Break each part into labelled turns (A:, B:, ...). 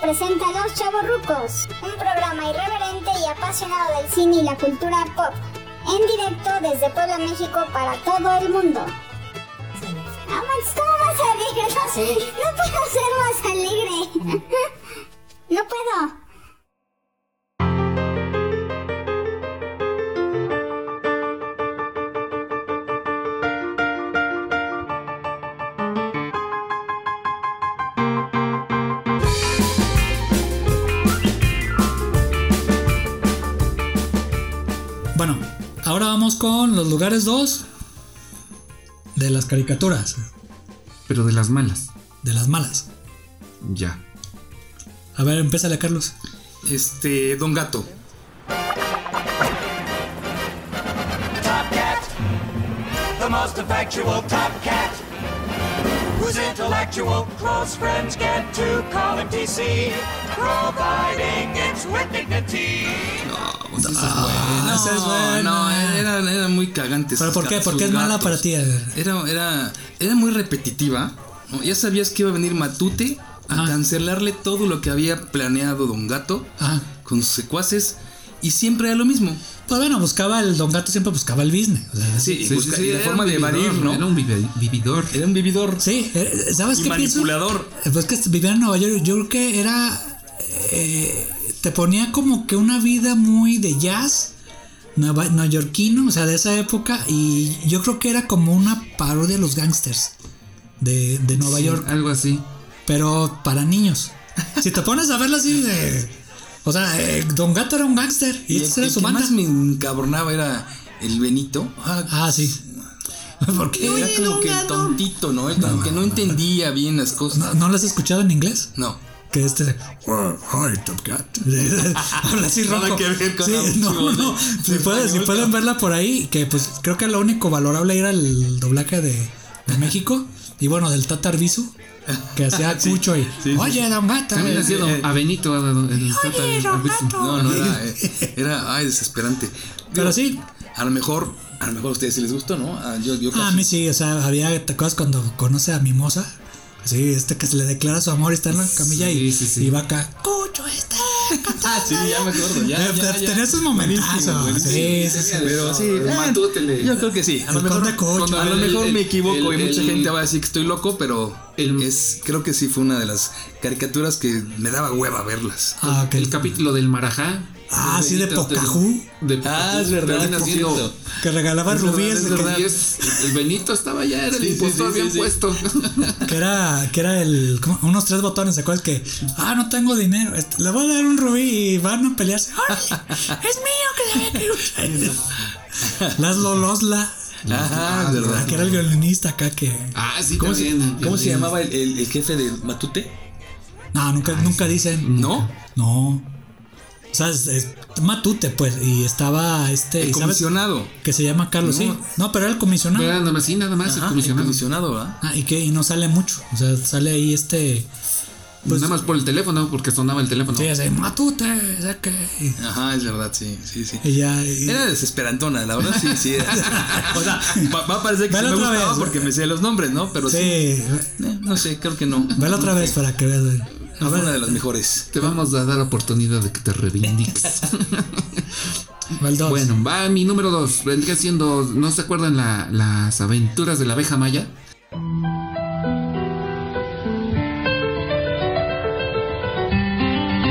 A: presenta Los Chavos Rucos, un programa irreverente y apasionado del cine y la cultura pop, en directo desde Puebla, México para todo el mundo. Amax, ¿cómo más alegre? No,
B: Sí.
A: no puedo ser más alegre. no puedo.
C: Bueno, ahora vamos con los lugares 2 de las caricaturas,
D: Pero de las malas.
C: de las malas.
D: Ya.
C: A ver, empézale, Carlos.
D: Este, Don Gato.
E: Top Cat, the most effectual Top Cat, whose intellectual close friends get to call him TC, providing it's with dignity.
D: Esa es
C: Ah,
D: buena.
C: esa es buena.
D: No, era, era muy cagante.
C: ¿Pero
D: sus
C: por qué?
D: ga-
C: ¿Por
D: sus
C: qué es mala
D: gatos.
C: para ti? A ver.
D: Era, era, era muy repetitiva. ¿no? Ya sabías que iba a venir Matute a
C: Ajá.
D: cancelarle todo lo que había planeado Don Gato
C: Ajá.
D: con sus secuaces. Y siempre era lo mismo.
C: Pues bueno, buscaba el Don Gato, siempre buscaba el business. O sea,
D: Sí, pues,
C: sí.
D: y
F: Sí, sí,
D: busca-
F: sí,
D: y la
F: era
D: forma
F: un
D: de evadir,
F: vividor,
D: ¿no?
F: Era un vive- vividor.
D: Era un vividor
C: eh, ¿sabes
D: y
C: qué pienso?
D: manipulador.
C: Eh, Pues que vivía en Nueva York, yo creo que era. eh, te ponía como que una vida muy de jazz, nueva- neoyorquino, o sea, de esa época. Y yo creo que era como una parodia de los gangsters de, de Nueva
F: Sí,
C: York,
F: Algo así.
C: pero para niños. si te pones a verlo así, de- o sea, eh, Don Gato era un gangster y,
D: Y el,
C: esta era
D: el
C: su
D: que
C: banda.
D: más me encabronaba era el Benito. Ah,
C: Ah, sí. Porque
D: Era como que tontito, ¿no? Él Como que no entendía bien las
C: ¿No,
D: cosas.
C: ¿No lo has escuchado en inglés?
D: No.
C: Que este. Hi, Top Cat. Habla así
D: Nada
C: ronco.
D: que ver con
C: Sí,
D: la
C: no,
D: opción
C: no.
D: de-
C: Si,
D: de
C: pueden, si
D: español,
C: pueden verla por ahí, que pues creo que lo único valorable era el doblaje de, de México. Y bueno, del Tatar Bisu, que hacía Cucho y.
F: sí.
C: Oye, don Gato.
F: También
C: eh,
F: hacía don, a Benito. a- a- el tata-
C: Oye,
F: el-
C: don
F: al-
C: Gato.
D: No, no era. eh, Era, ay, desesperante.
C: Pero sí.
D: A lo mejor, a lo mejor a ustedes sí les gustó, ¿no? Ah, yo, yo
C: Ah, a
D: casi-
C: mí sí, o sea, había ¿te acuerdas cuando conoce a Mimosa. Sí, este que se le declara su amor y está en la camilla y,
F: Sí, sí, sí.
C: y va acá. Cucho está.
D: Ah, sí, ya me acuerdo. Ya,
C: Eh,
D: ya,
C: te-
D: ya.
C: tenía sus momentazos.
D: Buenísimo, buenísimo.
C: Sí, sí, sí.
D: Pero sí,
F: El
D: eh,
F: Matute le-
D: yo creo que sí. A
C: El
D: lo mejor,
C: Conde Cocho.
D: a lo
F: El-
D: mejor
F: el-
D: me equivoco
F: el-
D: y mucha
F: el-
D: gente va a decir que estoy loco, pero
F: El-
D: es, creo que sí fue una de las caricaturas que me daba hueva verlas.
C: Ah, ok.
F: El capítulo del Marajá.
C: Ah,
F: Los
C: sí, de
F: Benitos del-
C: Pocahú.
F: De
D: Ah, es verdad,
F: termina
D: por
F: siendo-
D: cierto.
C: Que regalaba rubíes.
F: Es
C: de que-
F: verdad, es- el Benito estaba ya, era el
D: Sí, sí,
F: impostor
D: sí, sí,
F: bien
D: sí.
F: puesto.
C: Que era, que era el, ¿cómo? unos tres botones, ¿se acuerdas? Que, ah, no tengo dinero, este, le voy a dar un rubí y van a pelearse. ¡Órale! ¡Es mío! que le había caído! Las Lolosla,
D: Ah, Este, Ajá,
C: que era el violinista acá que...
F: Ah, sí,
D: ¿Cómo se,
F: también,
D: cómo se
F: el-
D: llamaba el, el- el jefe de Matute?
C: No, nunca, nunca dicen.
D: ¿No?
C: No. O sea, es, es matute, pues, y estaba este...
D: El
C: ¿y sabes?
D: comisionado.
C: Que se llama Carlos,
D: No.
C: sí. No, pero era el comisionado.
F: Era nada más, sí, nada más,
D: Ajá,
F: el
D: Ah, el
F: comisionado.
D: comisionado, ¿verdad?
C: Ah, y que y no sale mucho. O sea, sale ahí este... Pues-
F: nada más por el teléfono, porque sonaba el teléfono.
C: Sí, así, matute, ya que... y-
D: Ajá, es verdad, sí, sí, sí.
C: Y ya... y-
D: Era desesperantona, la verdad, sí, sí. era. O sea, va, va a parecer que sí
C: Vela
D: me
C: otra
D: gustaba
C: vez.
D: porque me sé los nombres, ¿no? Pero sí.
C: Sí,
D: eh, no sé, creo que no.
C: vela otra vez para que veas. güey.
D: No fue una de las mejores.
F: Te vamos a dar oportunidad de que te reivindiques.
C: Va el dos.
F: bueno, va mi número dos. Vendría siendo, ¿no se acuerdan la- las aventuras de la abeja maya?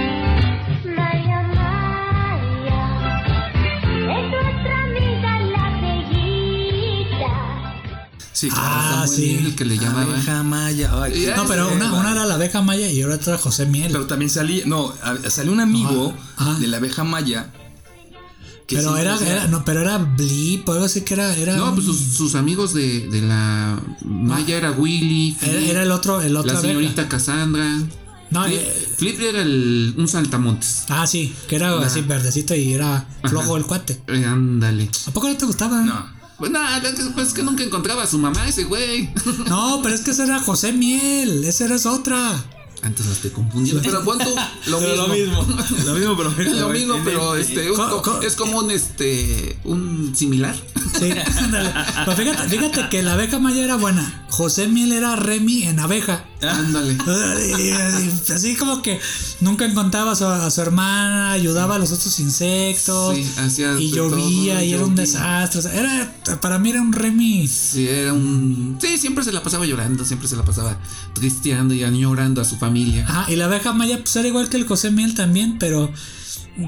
G: María María es nuestra amiga la bellita.
D: Sí,
C: Ah,
F: Samuel
C: sí.
F: Miel, que le llamaba.
D: Abeja Maya. Ay, qué-
C: No,
F: este,
C: pero una, una era la abeja maya y otra era José Miel.
D: Pero también salía, no, a- salió un amigo
C: Ajá, ajá.
D: de la abeja Maya. que
C: pero
D: siempre
C: era,
D: hacía-
C: era- no, pero era Blip, o algo así que era, era,
F: No,
C: un-
F: pues sus, sus amigos de, de la maya era Willy,
C: Ah, era,
F: Flip,
C: era el otro, el otro
F: la
C: abeja.
F: señorita Cassandra.
C: No,
F: Flip,
C: eh,
F: Flip era el- un saltamontes.
C: ah, sí, que era así verdecito y era flojo el cuate.
F: Eh, ándale.
C: ¿A poco no te gustaba?
D: No.
F: Pues nada, pues es que nunca encontraba a su mamá ese güey.
C: No, pero es que ese era José Miel, esa era es otra.
F: Entonces te confundí. Pero ¿cuánto? Lo
D: Pero
F: mismo.
D: lo mismo, pero
F: Es lo mismo,
D: en el-
F: pero este, un
C: Co-
F: co-
C: co-
F: es como un este un similar.
C: Sí, ándale. Pero fíjate, fíjate que la abeja maya era buena. José Miel era Remy en abeja.
F: Ándale.
C: Y- y- Así como que nunca encontraba a su, a su hermana, ayudaba a los otros insectos.
F: Sí, hacía
C: y
F: de todo,
C: llovía y era un
F: llovía.
C: desastre. O sea, era, para mí era un Remy.
F: Sí, era un Sí, siempre se la pasaba llorando, siempre se la pasaba tristeando y añorando a su familia.
C: Ajá, y la abeja maya pues era igual que el José Miel también, pero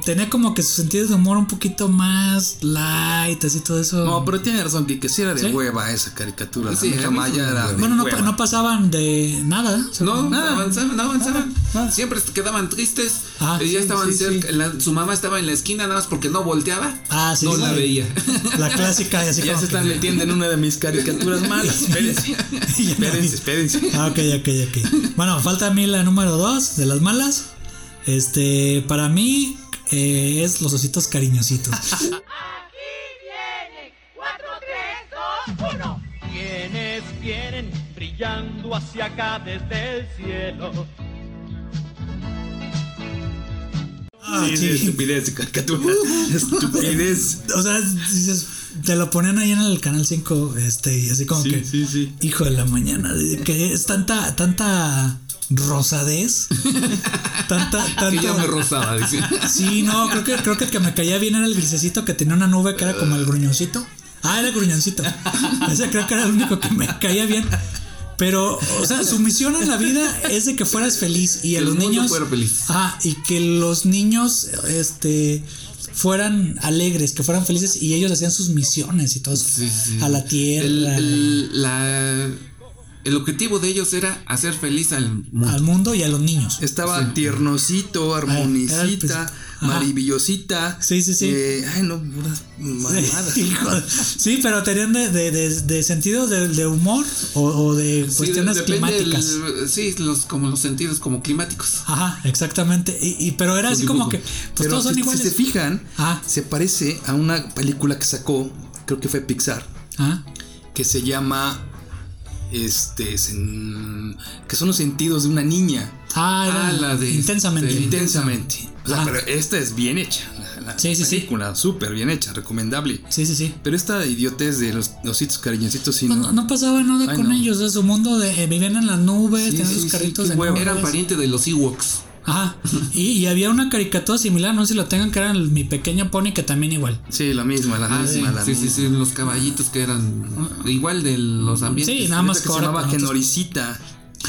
C: tenía como que su sentido de humor un poquito más light, así todo eso.
D: No, pero tiene razón, que, que sí era de
C: ¿Sí?
D: hueva esa caricatura.
F: Sí,
D: la abeja
F: era
D: maya
F: muy
D: era
F: hueva.
D: de
C: bueno, no,
D: hueva.
C: no pasaban de nada. ¿eh? O sea,
F: No,
D: Nada.
F: avanzaban, no avanzaban.
C: nada.
F: Siempre quedaban tristes.
C: Ah,
F: y
C: sí,
F: ya estaban
C: sí,
F: cerca. la- su mamá estaba en la esquina nada más porque no volteaba.
C: Ah, sí,
F: no
C: sí,
F: la
C: sí.
F: veía.
C: La clásica, y así
D: Ya
C: como
D: se
C: que-
D: están metiendo en una de mis caricaturas malas. Espérense.
C: Ya no vi.
D: espérense, espérense.
C: Ah, ok, ok, ok. Bueno, falta a mí la número 2 de las malas. Este, para mí eh, es los ositos cariñositos.
B: Vienen, cuatro, tres, dos, uno. Quienes vienen brillando hacia acá desde el cielo.
C: Ah,
D: Sí, sí,
C: ching.
D: estupidez de caricatura. Estupidez.
C: O sea, dices, te lo ponían ahí en el canal 5, este, y así como
D: Sí,
C: que,
D: sí, sí.
C: hijo de la mañana, de que es tanta, tanta rosadez, tanta,
F: Que ya me
C: tanto-
F: rozaba, dice.
C: Sí, no, creo que, creo que el que me caía bien era el grisecito que tenía una nube que era como el gruñoncito. Ah, era el gruñoncito. Ese creo que era el único que me caía bien. Pero, o sea, su misión en la vida es de que fueras feliz y a
F: Que
C: los
F: el mundo
C: niños.
F: fuera feliz.
C: Ah, y que los niños, este, fueran alegres, que fueran felices y ellos hacían sus misiones y todo eso.
F: Sí, sí.
C: A la
F: El,
C: tierra,
F: el- la- el objetivo de ellos era hacer feliz al mundo.
C: al mundo y a los niños.
D: Estaba tiernosito,
C: era el
D: armonicita,
C: principio. ah, pues, Ajá.
D: maribillosita.
C: Sí, sí, sí.
D: Eh, ay, no, unas mamadas.
C: Sí, hijo de- pues sí, pero tenían de, de, de- de sentido de, de humor o, o de
F: Sí,
C: cuestiones
F: de- depende del-
C: climáticas.
F: sí, los, como los sentidos como climáticos.
C: Ajá, exactamente. Y, y- pero era así como que, pues
D: Pero
C: todos son
D: si,
C: iguales.
D: si se fijan,
C: Ah.
D: se parece a una película que sacó, creo que fue Pixar,
C: Ah,
D: que se llama este sen- que son los sentidos de una niña
C: ah, era
F: Ah, la de-
C: intensamente.
F: de-
D: intensamente. O sea,
C: Ah.
D: pero esta es bien hecha, la, la
C: Sí, sí, sí.
D: película súper bien hecha, recomendable.
C: Sí, sí, sí.
D: Pero esta idiotez de los ositos cariñositos sí,
C: Pues
D: no.
C: no, no pasaba nada
D: Ay,
C: con
D: no.
C: ellos, de su mundo de eh, vivían en las nubes,
D: Sí,
C: tenían
D: sí,
C: sus
D: sí,
C: carritos
D: qué
C: de
D: huevo.
C: nubes.
F: Eran parientes de los Ewoks.
C: Ajá. Y, y había una caricatura similar, no sé si la tengan, que era el- mi pequeña pony, que también igual.
D: Sí, la misma, la
F: Ah, sí,
D: misma, la
F: sí, sí,
D: misma.
F: sí, los caballitos que eran igual de los ambientes.
C: Sí, nada más
D: Esta que se
C: ahora
D: llamaba
C: con otros-
D: Genoricita.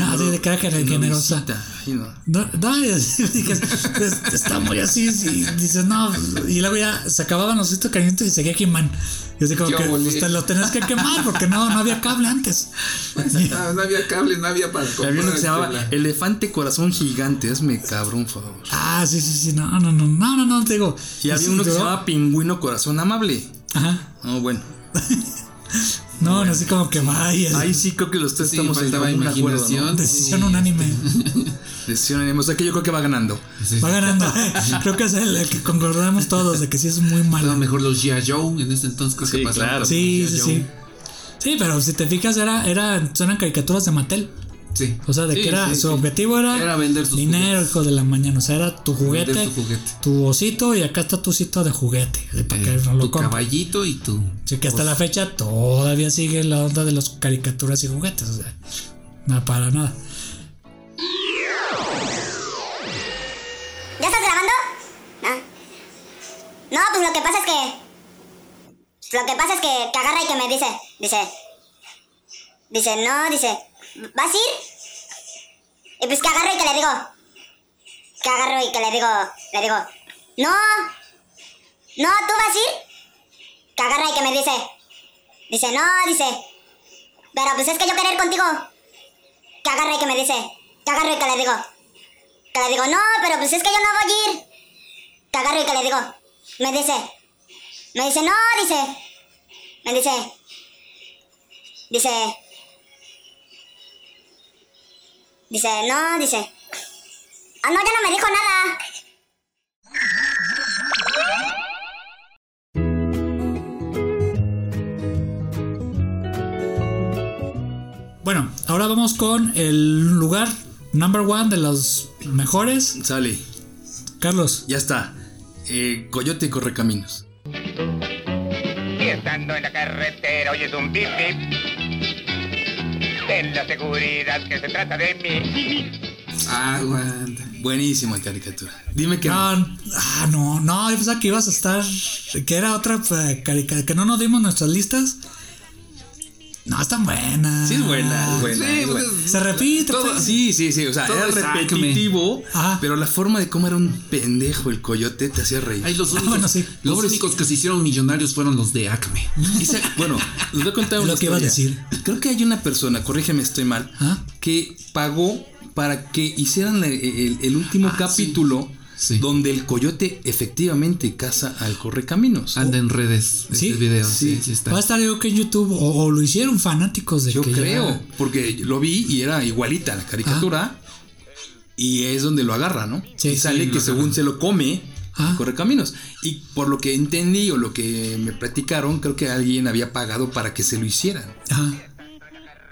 C: Ah, sí, de que era gener- generosa.
D: Genoricita, ay, no.
C: No, no, y así dije, "Es- está muy así. Y dices, no. Y luego ya se acababan los estos calientes y seguía He-Man. Y así como
F: Yo
C: que
F: volé.
C: pues, te lo tenés que quemar porque no, no había cable antes. Y-
F: Ah, no había cable, no había para comprar.
D: Había uno que se llamaba
F: este, la-
D: Elefante Corazón Gigante, hazme cabrón, por favor.
C: ah, sí, sí, sí. No, no, no, no, no, no, te digo.
D: Y había
C: sí,
D: uno que se
C: duró-
D: llamaba Pingüino Corazón Amable.
C: Ajá.
D: No, bueno.
C: No, no, así como que vaya.
D: Ahí sí creo que los tres
F: Sí,
D: estamos en
F: faltaba
D: común acuerdo, ¿no?
F: imaginación.
C: Decisión unánime.
D: Decisión unánime. O sea que yo creo que va ganando.
F: Sí.
C: Va ganando. ¿eh? Creo que es el, el que concordamos todos de que sí es muy
F: Estaban
C: malo.
F: mejor los G.I. Joe en ese entonces creo
D: Sí,
F: que pasaban
D: claro.
F: también
C: Sí,
F: los
C: sí,
F: G.I.
C: sí. Sí, pero si te fijas, era, era, eran caricaturas de Mattel.
F: Joe. Sí.
C: O sea, de
F: Sí,
C: que era,
F: sí,
C: su
F: sí.
C: objetivo era,
F: Era vender sus
C: dinero,
F: juguetes.
C: hijo de la mañana. O sea, era tu juguete,
F: Vender tu juguete.
C: osito y acá está tu osito de juguete. eh, Para que
F: Eh,
C: no lo
F: tu
C: compre.
F: caballito y tu.
C: Así que hasta la fecha todavía sigue la onda de las caricaturas y juguetes. O sea, no para nada.
H: ¿Ya estás grabando? Ah. No, pues lo que pasa es que. Lo que pasa es que, que agarra y que me dice. Dice. Dice, no, dice. ¿Vas a ir? Y pues que agarro y que le digo. Que agarro y que le digo. Le digo. No. No, ¿tú vas a ir? Que agarra y que me dice. Dice, no, dice. Pero pues es que yo quería ir contigo. Que agarra y que me dice. Que agarro y que le digo. Que le digo, no, pero pues es que yo no voy a ir. Que agarro y que le digo, me dice, me dice, no, dice, me dice, dice, dice, no, dice, ah, no, ya no me dijo nada.
C: Bueno, ahora vamos con el lugar number one de los mejores.
D: Sale,
C: Carlos,
D: ya está. Eh, Coyote y Correcaminos.
I: Y estando en la carretera oyes un pip pip. Ten la seguridad que se trata de mí.
F: Aguanta.
D: Buenísima caricatura. Dime que no.
C: No, ah, no, no, yo pensaba que ibas a estar. Que era otra eh, carica- que no nos dimos nuestras listas. No, están buenas.
D: Sí, es buena, es buena.
F: Sí,
D: es
F: pues,
D: buena.
C: Se repite.
F: Todo-
C: pues.
D: Sí, sí, sí. O sea,
F: Todo
D: era
F: es acme.
D: repetitivo,
C: Ajá.
D: pero la forma de cómo era un pendejo el coyote te hacía reír.
F: Ay, los únicos,
C: bueno, sí.
F: los
D: Pobres-
F: únicos que se hicieron millonarios fueron los de Acme.
D: Esa- bueno, les voy a contar
C: Es
D: una
C: lo que iba a
D: historia. Creo que hay una persona, corrígeme, estoy mal,
C: ¿Ah?
D: que pagó para que hicieran el, el- el último
F: Ah,
D: capítulo
F: sí. Sí.
D: donde el coyote efectivamente caza al correcaminos.
F: Anda en redes este
C: Sí,
F: video.
D: sí.
F: Sí, sí, está.
C: Va a estar yo que en YouTube. O, o lo hicieron fanáticos de
D: Yo
C: que
D: creo,
C: llegara.
D: porque lo vi y era igualita la caricatura. Y es donde lo agarra, ¿no?
C: Ah. Sí,
D: y
C: sí,
D: sale
F: lo
D: que
F: agarra.
D: según se lo come,
C: Ah.
D: corre caminos. Y por lo que entendí o lo que me platicaron, creo que alguien había pagado para que se lo hicieran.
C: Ajá.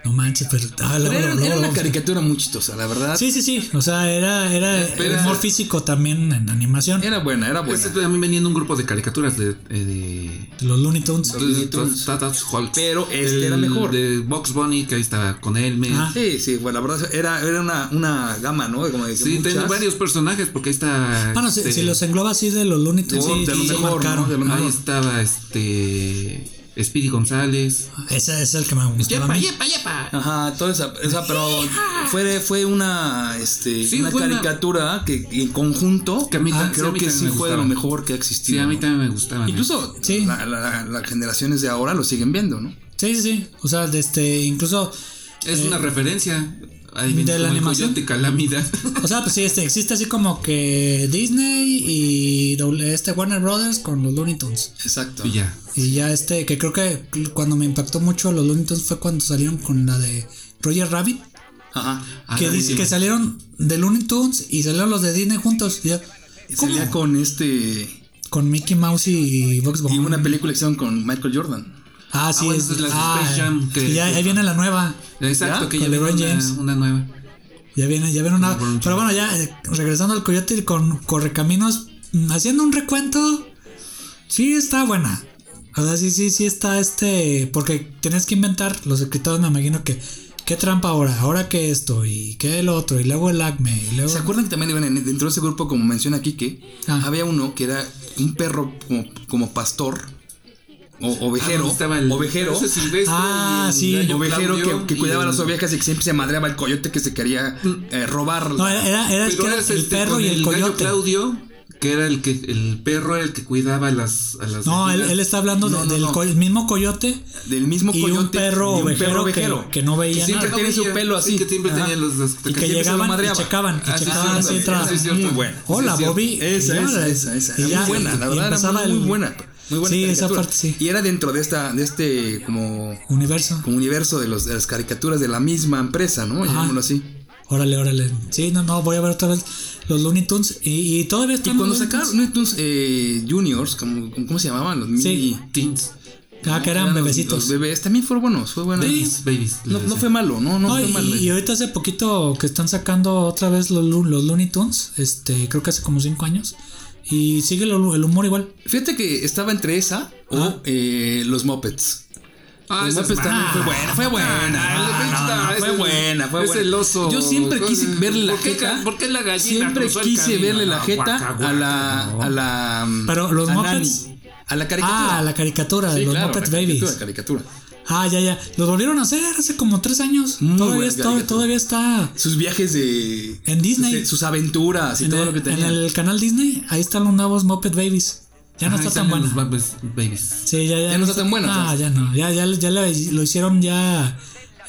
C: No manches, pero. ah, luego,
D: Pero era,
C: luego,
D: era una
C: luego.
D: caricatura muy chistosa, la verdad.
C: Sí, sí, sí. O sea, era, era
D: Espera.
C: humor físico también en animación.
D: Era buena, era buena.
F: Este también venía en un grupo de caricaturas de. eh,
C: Los Looney Tunes.
F: de-
D: Looney
F: de-
D: Tunes.
F: Tatas Hulk.
D: Pero este
F: El
D: era mejor.
F: De Box Bunny, que ahí estaba con él. me-
C: Ah.
D: Sí, sí, bueno, la verdad era, era una, una gama, ¿no? Como de que
F: Sí, tenía
D: muchas.
F: varios personajes, porque ahí está.
C: Bueno, si,
F: este,
C: si los engloba así de los Looney Tunes,
D: Oh,
C: sí,
D: de lo
C: sí,
D: mejor,
C: marcaron.
D: ¿no? De lo mejor.
F: Ahí estaba este. Speedy González.
C: Ese es el que me gustaba a mí.
F: yepa!
D: Ajá, toda esa, esa pero fue, fue una, este,
F: Sí,
D: una
F: fue una-
D: caricatura que en conjunto ah,
F: Que a mí ta- sí, a
D: creo
F: mí
D: que
F: también
D: sí
F: me
D: fue de
F: gustaba.
D: lo mejor que ha
F: Sí,
D: existido.
F: a mí
D: ¿no?
F: también me gustaban.
D: Incluso
C: Sí.
D: la- la- la- las generaciones de ahora lo siguen viendo, ¿no?
C: Sí, sí, sí. O sea, de este, incluso.
F: Es
C: eh,
F: una referencia. Ahí
C: de
F: viene
C: la
F: como el
C: animación.
F: Coyote Calamidad.
C: O sea, pues sí, este, existe así como que Disney y doble- este Warner Brothers con los Looney Tunes.
D: Exacto.
F: y ya.
C: Y ya este, que creo que cuando me impactó mucho los Looney Tunes fue cuando salieron con la de Roger Rabbit.
D: Ajá.
F: Ah,
C: que dice
F: buenísimo.
C: que salieron de Looney Tunes y salieron los de Disney juntos. Y yo, ¿cómo?
D: Salía con este
C: Con Mickey Mouse y Bugs Bunny.
D: y una película que hicieron con Michael Jordan.
C: Ah, sí,
F: bueno,
C: es,
F: esas las de
C: ah,
F: Space Jam, que-
C: sí, ya, ahí viene la nueva.
F: Exacto,
D: ¿Ya?
F: que
C: Con
F: ya viene
C: LeBron
F: una,
C: James.
F: una nueva. Ah,
C: Ya viene, ya viene una.
F: Con Bronchi.
C: Pero bueno, ya eh, regresando al Coyote con Correcaminos, mm, haciendo un recuento, sí está buena. O sea, sí, sí, sí está este. Porque tienes que inventar, los escritores me imagino que. ¿Qué trampa ahora? ¿Ahora qué esto? ¿Y qué el otro? ¿Y luego el acme? ¿Y luego.?
F: Oh.
D: ¿Se acuerdan que también iban en- dentro de ese grupo, como menciona Quique,
C: Ah.
D: había uno que era un perro como, como pastor o
F: Ah,
D: ovejero?
F: ¿dónde estaba el-
D: ovejero.
F: ese silvestre
C: Ah,
F: y el
C: sí.
F: gallo
D: ovejero
F: Claudio
D: que, que
F: y
D: cuidaba
F: el-
D: las ovejas y que siempre se madreaba el coyote que se quería eh, robar.
C: Mm. No, era, era,
D: Pues
C: era- es que
F: Pero
C: era
F: eras,
C: el
F: este,
C: perro
F: con
C: y el,
F: gallo
C: coyote.
F: Claudio, que era el que el perro era el que cuidaba a las a las
C: No, él,
F: gallinas.
C: él está hablando
D: No,
C: de-
D: no,
C: del
D: no.
C: co- el mismo coyote
D: Del mismo
C: y
D: coyote.
C: un perro
D: y un
C: ovejero,
D: perro
C: que-
D: ovejero.
C: Que, no
F: Que
C: veía
F: siempre
C: nada.
D: tenía su
F: veía,
D: pelo
F: sí,
D: así.
F: que siempre
C: Ajá.
F: tenía los, las-
C: Y que
D: siempre se lo
C: llegaban y
D: madreaba.
C: checaban, y
F: Ah, sí,
C: checaban
F: sí,
C: si
F: sí,
C: entra-
F: sí, sí, sí,
D: Muy buena.
C: Hola,
F: Sí, es
C: Bobby.
D: Esa,
C: Y
D: esa,
C: ahora-
D: esa, esa.
C: y
D: Era
C: ya,
D: muy buena,
C: y
D: la verdad era
C: empezaba
D: muy, muy
C: el
D: buena. Muy buena
C: Sí, esa
D: caricatura.
C: parte sí.
D: Y era dentro de esta, de este como,
C: Universo.
D: como universo de, los, de las caricaturas de la misma empresa, ¿no?
C: Ajá.
D: Llamémoslo así.
C: Órale, órale. Sí, no, no, voy a ver otra vez los Looney Tunes. Y, y todavía
D: Y
C: están.
D: cuando
C: los Looney
D: sacaron
C: Tunes.
D: Looney Tunes, eh, Juniors, como, como- ¿cómo se llamaban? Los
C: Sí.
D: mini-
F: teens,
C: Ah, que eran
D: los-
C: bebecitos.
D: Los bebés también fueron buenos, fue bueno.
F: babies, babies.
D: No, no fue malo, no, no,
C: No,
D: fue
C: y,
D: malo.
C: y ahorita hace poquito que están sacando otra vez los, Lo- los Looney Tunes. Este, creo que hace como 5 años. Y sigue lo- el humor igual.
D: Fíjate que estaba entre esa
C: Ah.
D: o eh, los Muppets.
F: Ah,
D: Los
F: esa es
D: Muppets también
F: mala.
D: fue buena, fue buena.
F: Ah,
D: Ah,
F: no, no,
D: fue
F: ese-
D: buena, fue
F: ese
D: buena.
F: el oso.
D: Yo siempre quise
F: ¿Cuál-
D: verle la
F: por qué
D: jeta.
F: ca- por qué la gallina
D: Siempre
F: cruzó el
D: quise
F: camino?
D: verle la
F: No,
D: jeta
F: guaca,
D: a la
F: guaca, no.
D: a la mm,
C: Pero los
D: a
C: Muppets-
D: Nani, a la caricatura.
C: Ah, la caricatura de
D: Sí,
C: los
D: claro,
C: Muppet
D: la caricatura,
C: Babies.
D: caricatura.
C: Ah, ya, ya. Los volvieron a hacer hace como 3 años.
D: Muy
C: Todavía,
D: buena
C: es- to-
D: caricatura.
C: todavía está.
D: Sus viajes de
C: En Disney.
D: sus, sus aventuras y
C: En
D: todo
C: el,
D: lo que
C: en
D: tenían.
C: el canal Disney, ahí están los nuevos Muppet Babies. Ya no
F: Ajá,
C: está tan
F: ahí salen
C: buena.
F: los babies, pues, babies.
C: Sí, ya, ya.
D: Ya no está tan buena,
C: Ah,
D: ¿sabes?
C: ya no. Ya, ya, ya le- lo hicieron ya.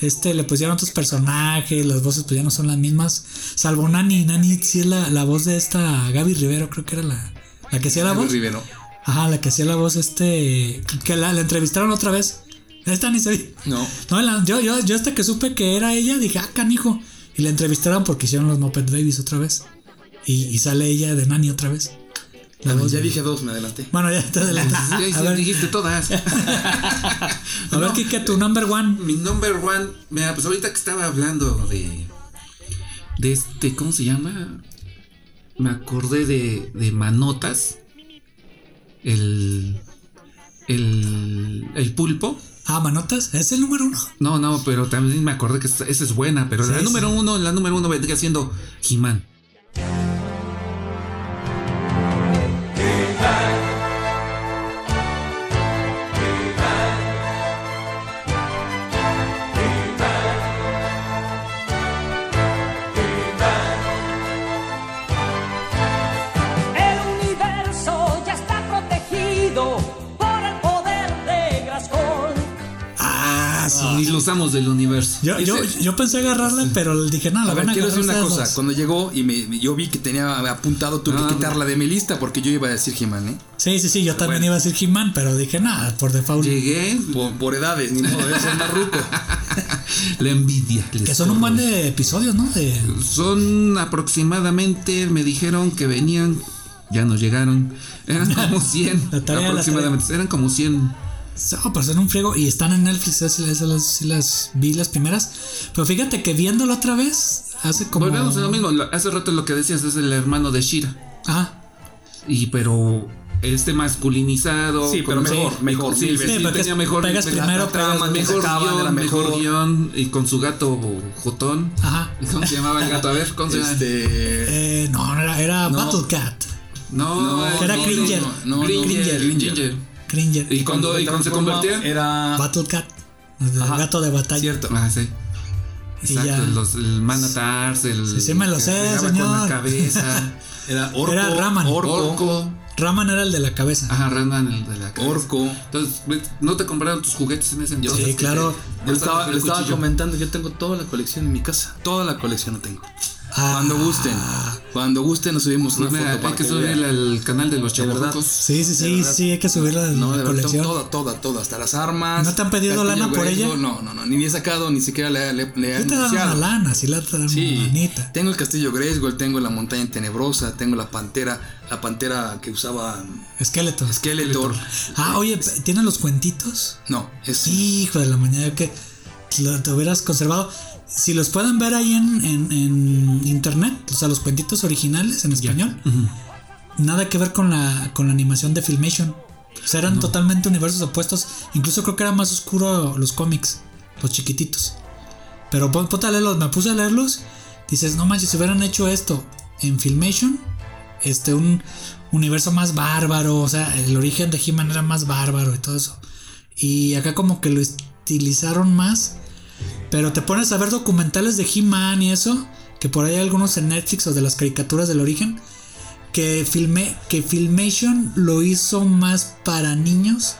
C: Este, le pusieron otros personajes, las voces pues ya no son las mismas. Salvo Nani, Nani sí es la, la voz de esta Gaby Rivero, creo que era la, la que hacía la
D: Gaby
C: voz.
D: Rivero.
C: Ajá, la que hacía la voz, este. Que la, la entrevistaron otra vez. Esta ni se vi.
D: No.
C: No, la- yo, yo, yo hasta que supe que era ella, dije, ah, canijo. Y la entrevistaron porque hicieron los Muppet Babies otra vez. Y, y sale ella de Nani otra vez. La voz
D: ya
C: de-
D: dije dos, me adelanté.
C: Bueno, ya te adelantas.
F: Ya
C: Ah, A ver,
F: dijiste todas.
C: a ver, Kike, tu number one.
F: Mi number one, mira, pues ahorita que estaba hablando de de este, ¿cómo se llama? Me acordé de, de Manotas. El, el, el pulpo.
C: Ah, Manotas, es el número uno.
F: No, no, pero también me acordé que esa esa es buena, pero la
C: Sí,
F: número uno, la número uno vendría siendo He-Man.
E: El universo ya está protegido por el poder de Graskol.
C: Ah, sí.
F: Y los amos del universo.
C: Yo, yo,
D: Ese-
C: yo pensé agarrarla, pero dije, no, la
D: A ver,
C: van a
D: quiero decir
C: agarrar
D: una
C: ustedes
D: cosa.
C: dos.
D: Cuando llegó y me, me- yo vi que tenía apuntado, tuve
F: Ah,
D: que
F: bueno.
D: quitarla de mi lista porque yo iba a decir He-Man, ¿eh?
C: Sí, sí, sí, yo también
D: Bueno.
C: iba a decir He-Man, pero dije, nada, por default.
F: Llegué,
D: Por, por edades, ni modo, es más ruco.
F: la envidia. les
C: que son un
F: corre.
C: buen de episodios, ¿no? De,
F: Son aproximadamente, me dijeron que venían, ya no llegaron. Eran como 100.
C: La tarea, la
F: aproximadamente, eran como 100.
C: No, pero son un friego y están en Netflix, esas sí las, esas las- sí las vi las primeras. Pero fíjate que viéndolo otra vez, hace como...
F: Volvemos a lo mismo, lo- hace rato lo que decías es el hermano de Shira.
C: Ah,
F: Y pero este masculinizado.
D: Sí, pero
F: con-
D: mejor, mejor,
F: Sí,
D: mil
F: sí,
D: veces.
C: Sí, porque
F: tenía
C: es-
F: mejor,
C: pegas
F: tenía
C: primero,
F: otra
C: pegas
F: más,
D: después.
F: mejor,
D: Acaban de la
F: guión, mejor,
D: mejor.
F: guión y con su gato Jotón.
C: ajá.
F: ¿Cómo se llamaba el gato? A ver, ¿cómo se llama?
D: Este.
C: Eh, no, no era, era
D: No.
C: Battle Cat.
F: No,
D: No,
C: Era
F: no,
C: Cringer.
F: no, no,
D: Cringer,
F: Cringer,
D: Cringer.
F: Cringer.
C: Cringer.
F: Y cuando, y cuando se convertía.
D: Era.
C: Battle Cat. El
D: Ajá.
C: gato de batalla.
D: Cierto.
F: Ah, sí.
C: Y
F: Exacto,
C: ya.
F: los, el Manatars, el.
C: Sí, sí me lo
F: que
C: sé,
F: pegaba Con
C: señor.
F: la cabeza.
D: Era Orco.
C: Era Raman.
D: Orco. Orco.
F: Orco.
C: Raman era el de la cabeza.
F: Ajá, Redman, el de la cabeza. Entonces, ¿ves? ¿no te compraron tus juguetes en ese entonces?
C: Sí, claro.
D: Yo estaba,
F: con el
D: le estaba
F: cuchillo.
D: comentando, yo tengo toda la colección en mi casa. Toda la colección la tengo.
C: Ah,
D: Cuando gusten. Cuando gusten nos subimos una
F: Pues mira,
D: foto para
F: hay que
D: que
F: subirle
D: vean.
F: al canal de los
D: De verdad.
F: chavorrucos.
C: Sí, sí, sí,
D: verdad.
C: sí, hay que subirla a la
D: No, de verdad,
C: colección.
D: toda, toda, toda, hasta las armas.
C: ¿No te han pedido
D: castillo
C: lana por
D: Greyjoy.
C: ella?
D: No, no, no, ni he sacado, ni siquiera le, le, le he
C: Sí te dan
D: anunciado.
C: una lana, sí la te dan una
D: Sí,
C: lanita.
D: tengo el castillo Grayskull, tengo la montaña tenebrosa, tengo la pantera, la pantera que usaba
C: Esqueletos.
D: Skeletor.
C: Ah, oye, ¿tienen los cuentitos?
D: No, es
C: Pues Hijo de la mañana que lo- te hubieras conservado. Si los pueden ver ahí en, en- en internet, o sea, los cuentitos originales en español, nada que ver con la, con la animación de Filmation. O sea, eran totalmente universos opuestos. Incluso creo que era más oscuro los cómics, los chiquititos. Pero pon- ponte a leerlos, me puse a leerlos. Dices, no manches, si hubieran hecho esto en Filmation, este, un universo más bárbaro. O sea, el origen de He-Man era más bárbaro y todo eso. Y acá como que lo estilizaron más. Pero te pones a ver documentales de He-Man y eso. Que por ahí hay algunos en Netflix o de las caricaturas del origen. Que, filme, que Filmation lo hizo más para niños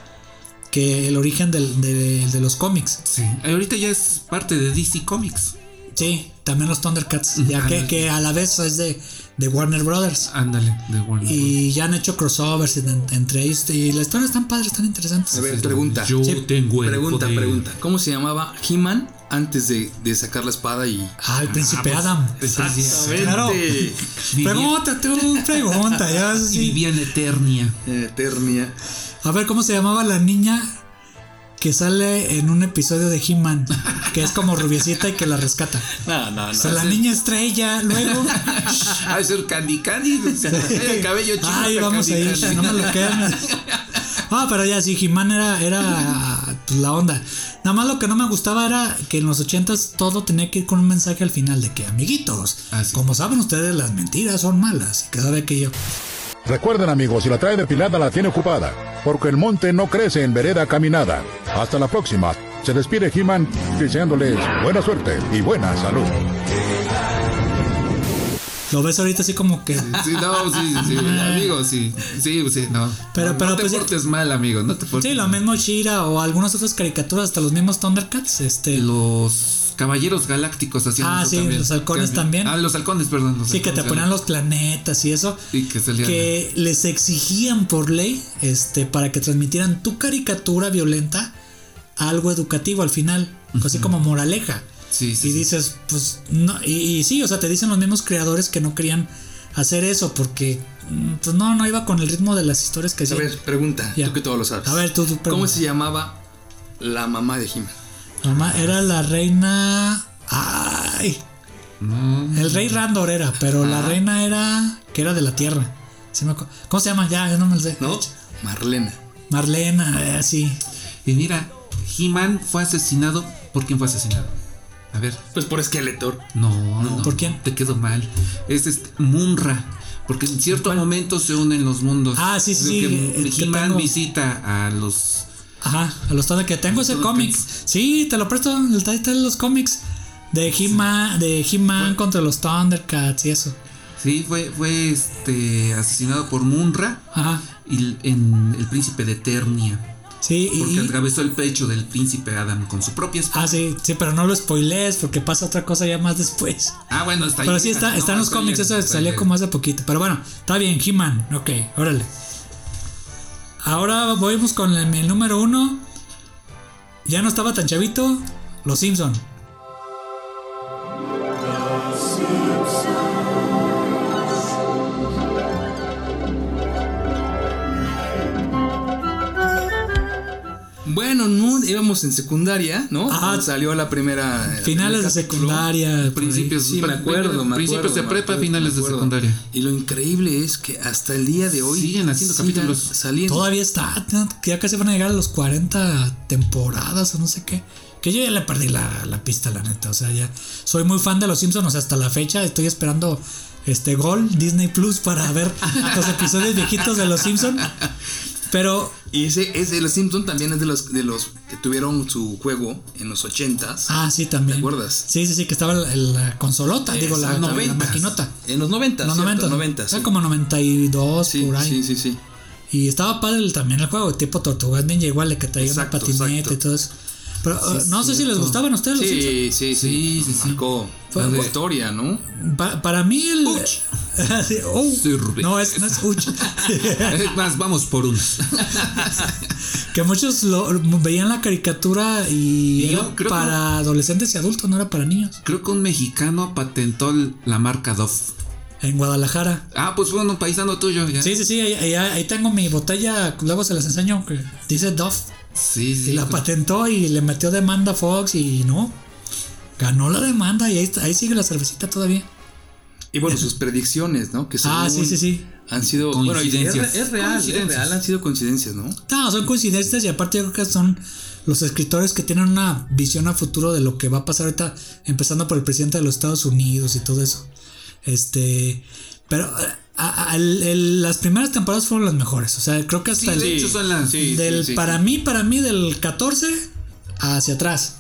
C: que el origen del- de, de los cómics.
F: Sí. Ahorita ya es parte de DC Comics.
C: Sí, también los Thundercats. Ya que, que a la vez es de, de Warner Brothers.
F: Ándale, de Warner.
C: Y ya han hecho crossovers en- entre ellos. Y las historias están padres, están interesantes.
D: A ver, pregunta.
F: Yo
C: Sí.
F: tengo el
D: Pregunta,
F: poder.
D: pregunta. ¿Cómo se llamaba He-Man antes de, de sacar la espada y.
C: Ah, el
F: pues,
C: príncipe Adam.
D: Exactamente.
C: Claro.
F: Vivía-
C: Pregunta, tú, pregunta. Ya,
F: Y
C: sí.
F: vivía en Eternia.
D: En eh, Eternia.
C: A ver cómo se llamaba la niña que sale en un episodio de He-Man, que es como rubiecita y que la rescata.
D: No, no,
C: O sea, la niña estrella, luego.
F: Ah, es el Candy Candy. El cabello chico.
C: Ay,
F: el
C: vamos a
F: Candy
C: ir,
F: Candy.
C: no me lo quedan. Ah, pero ya sí, He-Man era, era pues, la onda. Nada más lo que no me gustaba era que en los ochentas todo tenía que ir con un mensaje al final de que, amiguitos,
F: Ah, sí.
C: como saben ustedes, las mentiras son malas. Y que sabe que yo.
J: Recuerden amigos, si la trae depilada la tiene ocupada, porque el monte no crece en vereda caminada. Hasta la próxima. Se despide He-Man deseándoles buena suerte y buena salud.
C: Lo ves ahorita así como que.
F: Sí, no, sí, sí, sí, amigo, sí. Sí, sí, no.
C: Pero-
F: no,
C: pero,
F: Ah, no
C: Ah.
F: te
C: pues, ya-
F: portes mal, amigo, no te portes
C: Sí, lo
F: mal.
C: mismo Shira o algunas otras caricaturas, hasta los mismos Thundercats. Este,
F: Los caballeros galácticos hacían
C: Ah,
F: eso
C: sí,
F: también.
C: los halcones
F: Que-
C: también.
F: Ah, los halcones, perdón. los
C: Sí, que te
F: halcones
C: ponían los planetas y eso.
F: Y que salían-
C: Que les exigían por ley, este, para que transmitieran tu caricatura violenta a algo educativo al final. Así como moraleja.
F: Sí, sí,
C: Y
F: sí.
C: dices, pues, no, y, y sí, o sea, te dicen los mismos creadores que no querían hacer eso porque, mm, pues no, no iga con el ritmo de las historias que
D: A
C: hacían.
D: ver, pregunta.
C: Ya.
D: Tú que todo lo sabes.
C: A ver, tú, tú
D: ¿Cómo
C: pregunta.
D: se llamaba la mamá de He-Man?
C: Mamá, era la reina. Ay, El rey Randor era, pero la reina era. que era de la tierra. Sí me acu- ¿Cómo se llama? Ya, ya no me lo sé.
D: ¿No? Marlena.
C: Marlena, eh, sí.
F: Y mira, He-Man fue asesinado. ¿Por quién fue asesinado? A ver.
D: Pues por Skeletor.
F: No, no,
C: ¿por quién?
F: Te quedó mal. Es este, Munra. Porque en cierto momento se unen los mundos.
C: Ah, sí, sí, sí,
F: De que
C: el que
F: He-Man
C: tengo.
F: visita a los.
C: Ajá, a los todos que tengo ese
F: Los
C: cómic.
F: Tonks.
C: Sí, te lo presto. el- Ahí están los cómics. De He-Man de He-Man contra los Thundercats y eso.
F: Sí, fue, fue este, asesinado por Munra
C: Ajá.
F: y en El Príncipe de Eternia.
C: Sí, y-
F: Porque
C: y.
F: atravesó el pecho del príncipe Adam con su propia espada.
C: Ah, sí, sí, pero no lo spoilees porque pasa otra cosa ya más después.
F: Ah, bueno, está
C: Pero sí, está, están los cómics, eso salió como hace poquito. Pero bueno, está bien, He-Man. Ok, órale. Ahora volvemos con el, el número uno. Ya no estaba tan chavito. Los Simpson.
D: Bueno, no, íbamos en secundaria, ¿no?
C: Ajá.
D: Cuando Salió la primera. la
C: Ah, Finales de
D: primera capítulo.
C: secundaria. por ahí.
F: Principios,
D: Sí, me acuerdo, me
F: Principios de
D: acuerdo, me
F: prepa,
D: acuerdo,
F: finales
D: me
F: de
D: acuerdo.
F: secundaria.
D: Y lo increíble es que hasta el día de hoy.
F: Siguen haciendo capítulos.
D: Saliendo.
C: Todavía está. ¿no? Ya casi van a llegar a los 40 temporadas o no sé qué. Que yo ya le perdí la, la pista, la neta. O sea, ya soy muy fan de Los Simpsons. O sea, hasta la fecha estoy esperando este Gol Disney Plus para ver los episodios viejitos de Los Simpsons. Pero
D: Y ese, ese, los Simpson también es de los, de los que tuvieron su juego en los 80s.
C: Ah, sí, también.
D: ¿Te acuerdas?
C: Sí, sí, sí, que estaba la, la consolota, digo, la, la- la
D: Exactamente.
C: maquinota.
D: En los 90.
C: Los 90.
D: 90.
C: Era como 92
D: sí,
C: por ahí.
D: sí, sí, sí.
C: Y estaba padre el- también el juego, tipo Tortugas Ninja, igual, el que traía
D: Exacto,
C: una patineta
D: exacto.
C: y todo eso. Pero eh, no sé si les gustaban a ustedes los Simpsons.
D: Sí, sí, sí.
F: Sí, sí, sí.
D: Marcó
C: Fue-
D: la
C: fue-
D: historia, ¿no?
C: Pa- para mí el. Sí, oh,
F: Sirve.
C: no, es, no es Uch.
F: Es más, vamos por unos.
C: que muchos lo, veían la caricatura y,
F: Y yo
C: era
F: creo que-
C: para adolescentes y adultos, no era para niños.
F: Creo que un mexicano patentó el- la marca Dove.
C: En Guadalajara.
F: Ah, pues fue un paisano tuyo. ¿ya?
C: Sí, sí, sí, ahí, ahí- ahí tengo mi botella, luego se las enseño, que dice Duff,
F: sí. sí,
C: y la
F: pues,
C: patentó y le metió demanda a Fox y no, ganó la demanda y ahí, está- ahí sigue la cervecita todavía.
D: Y bueno, sus predicciones, ¿no? Que
C: Ah,
D: según
C: sí, sí, sí.
D: Han sido. Bueno, y es,
F: Coincidencias.
D: es real, es
F: Coincidencias.
D: real, han sido coincidencias, ¿no?
C: No, Ah, son coincidencias y aparte yo creo que son los escritores que tienen una visión a futuro de lo que va a pasar ahorita, empezando por el presidente de los Estados Unidos y todo eso. Este, pero eh, a- a- el- el- las primeras temporadas fueron las mejores, o sea, creo que hasta el...
F: de hecho son las.
D: sí,
C: del
D: sí, sí.
C: para mí para mí del 14 hacia atrás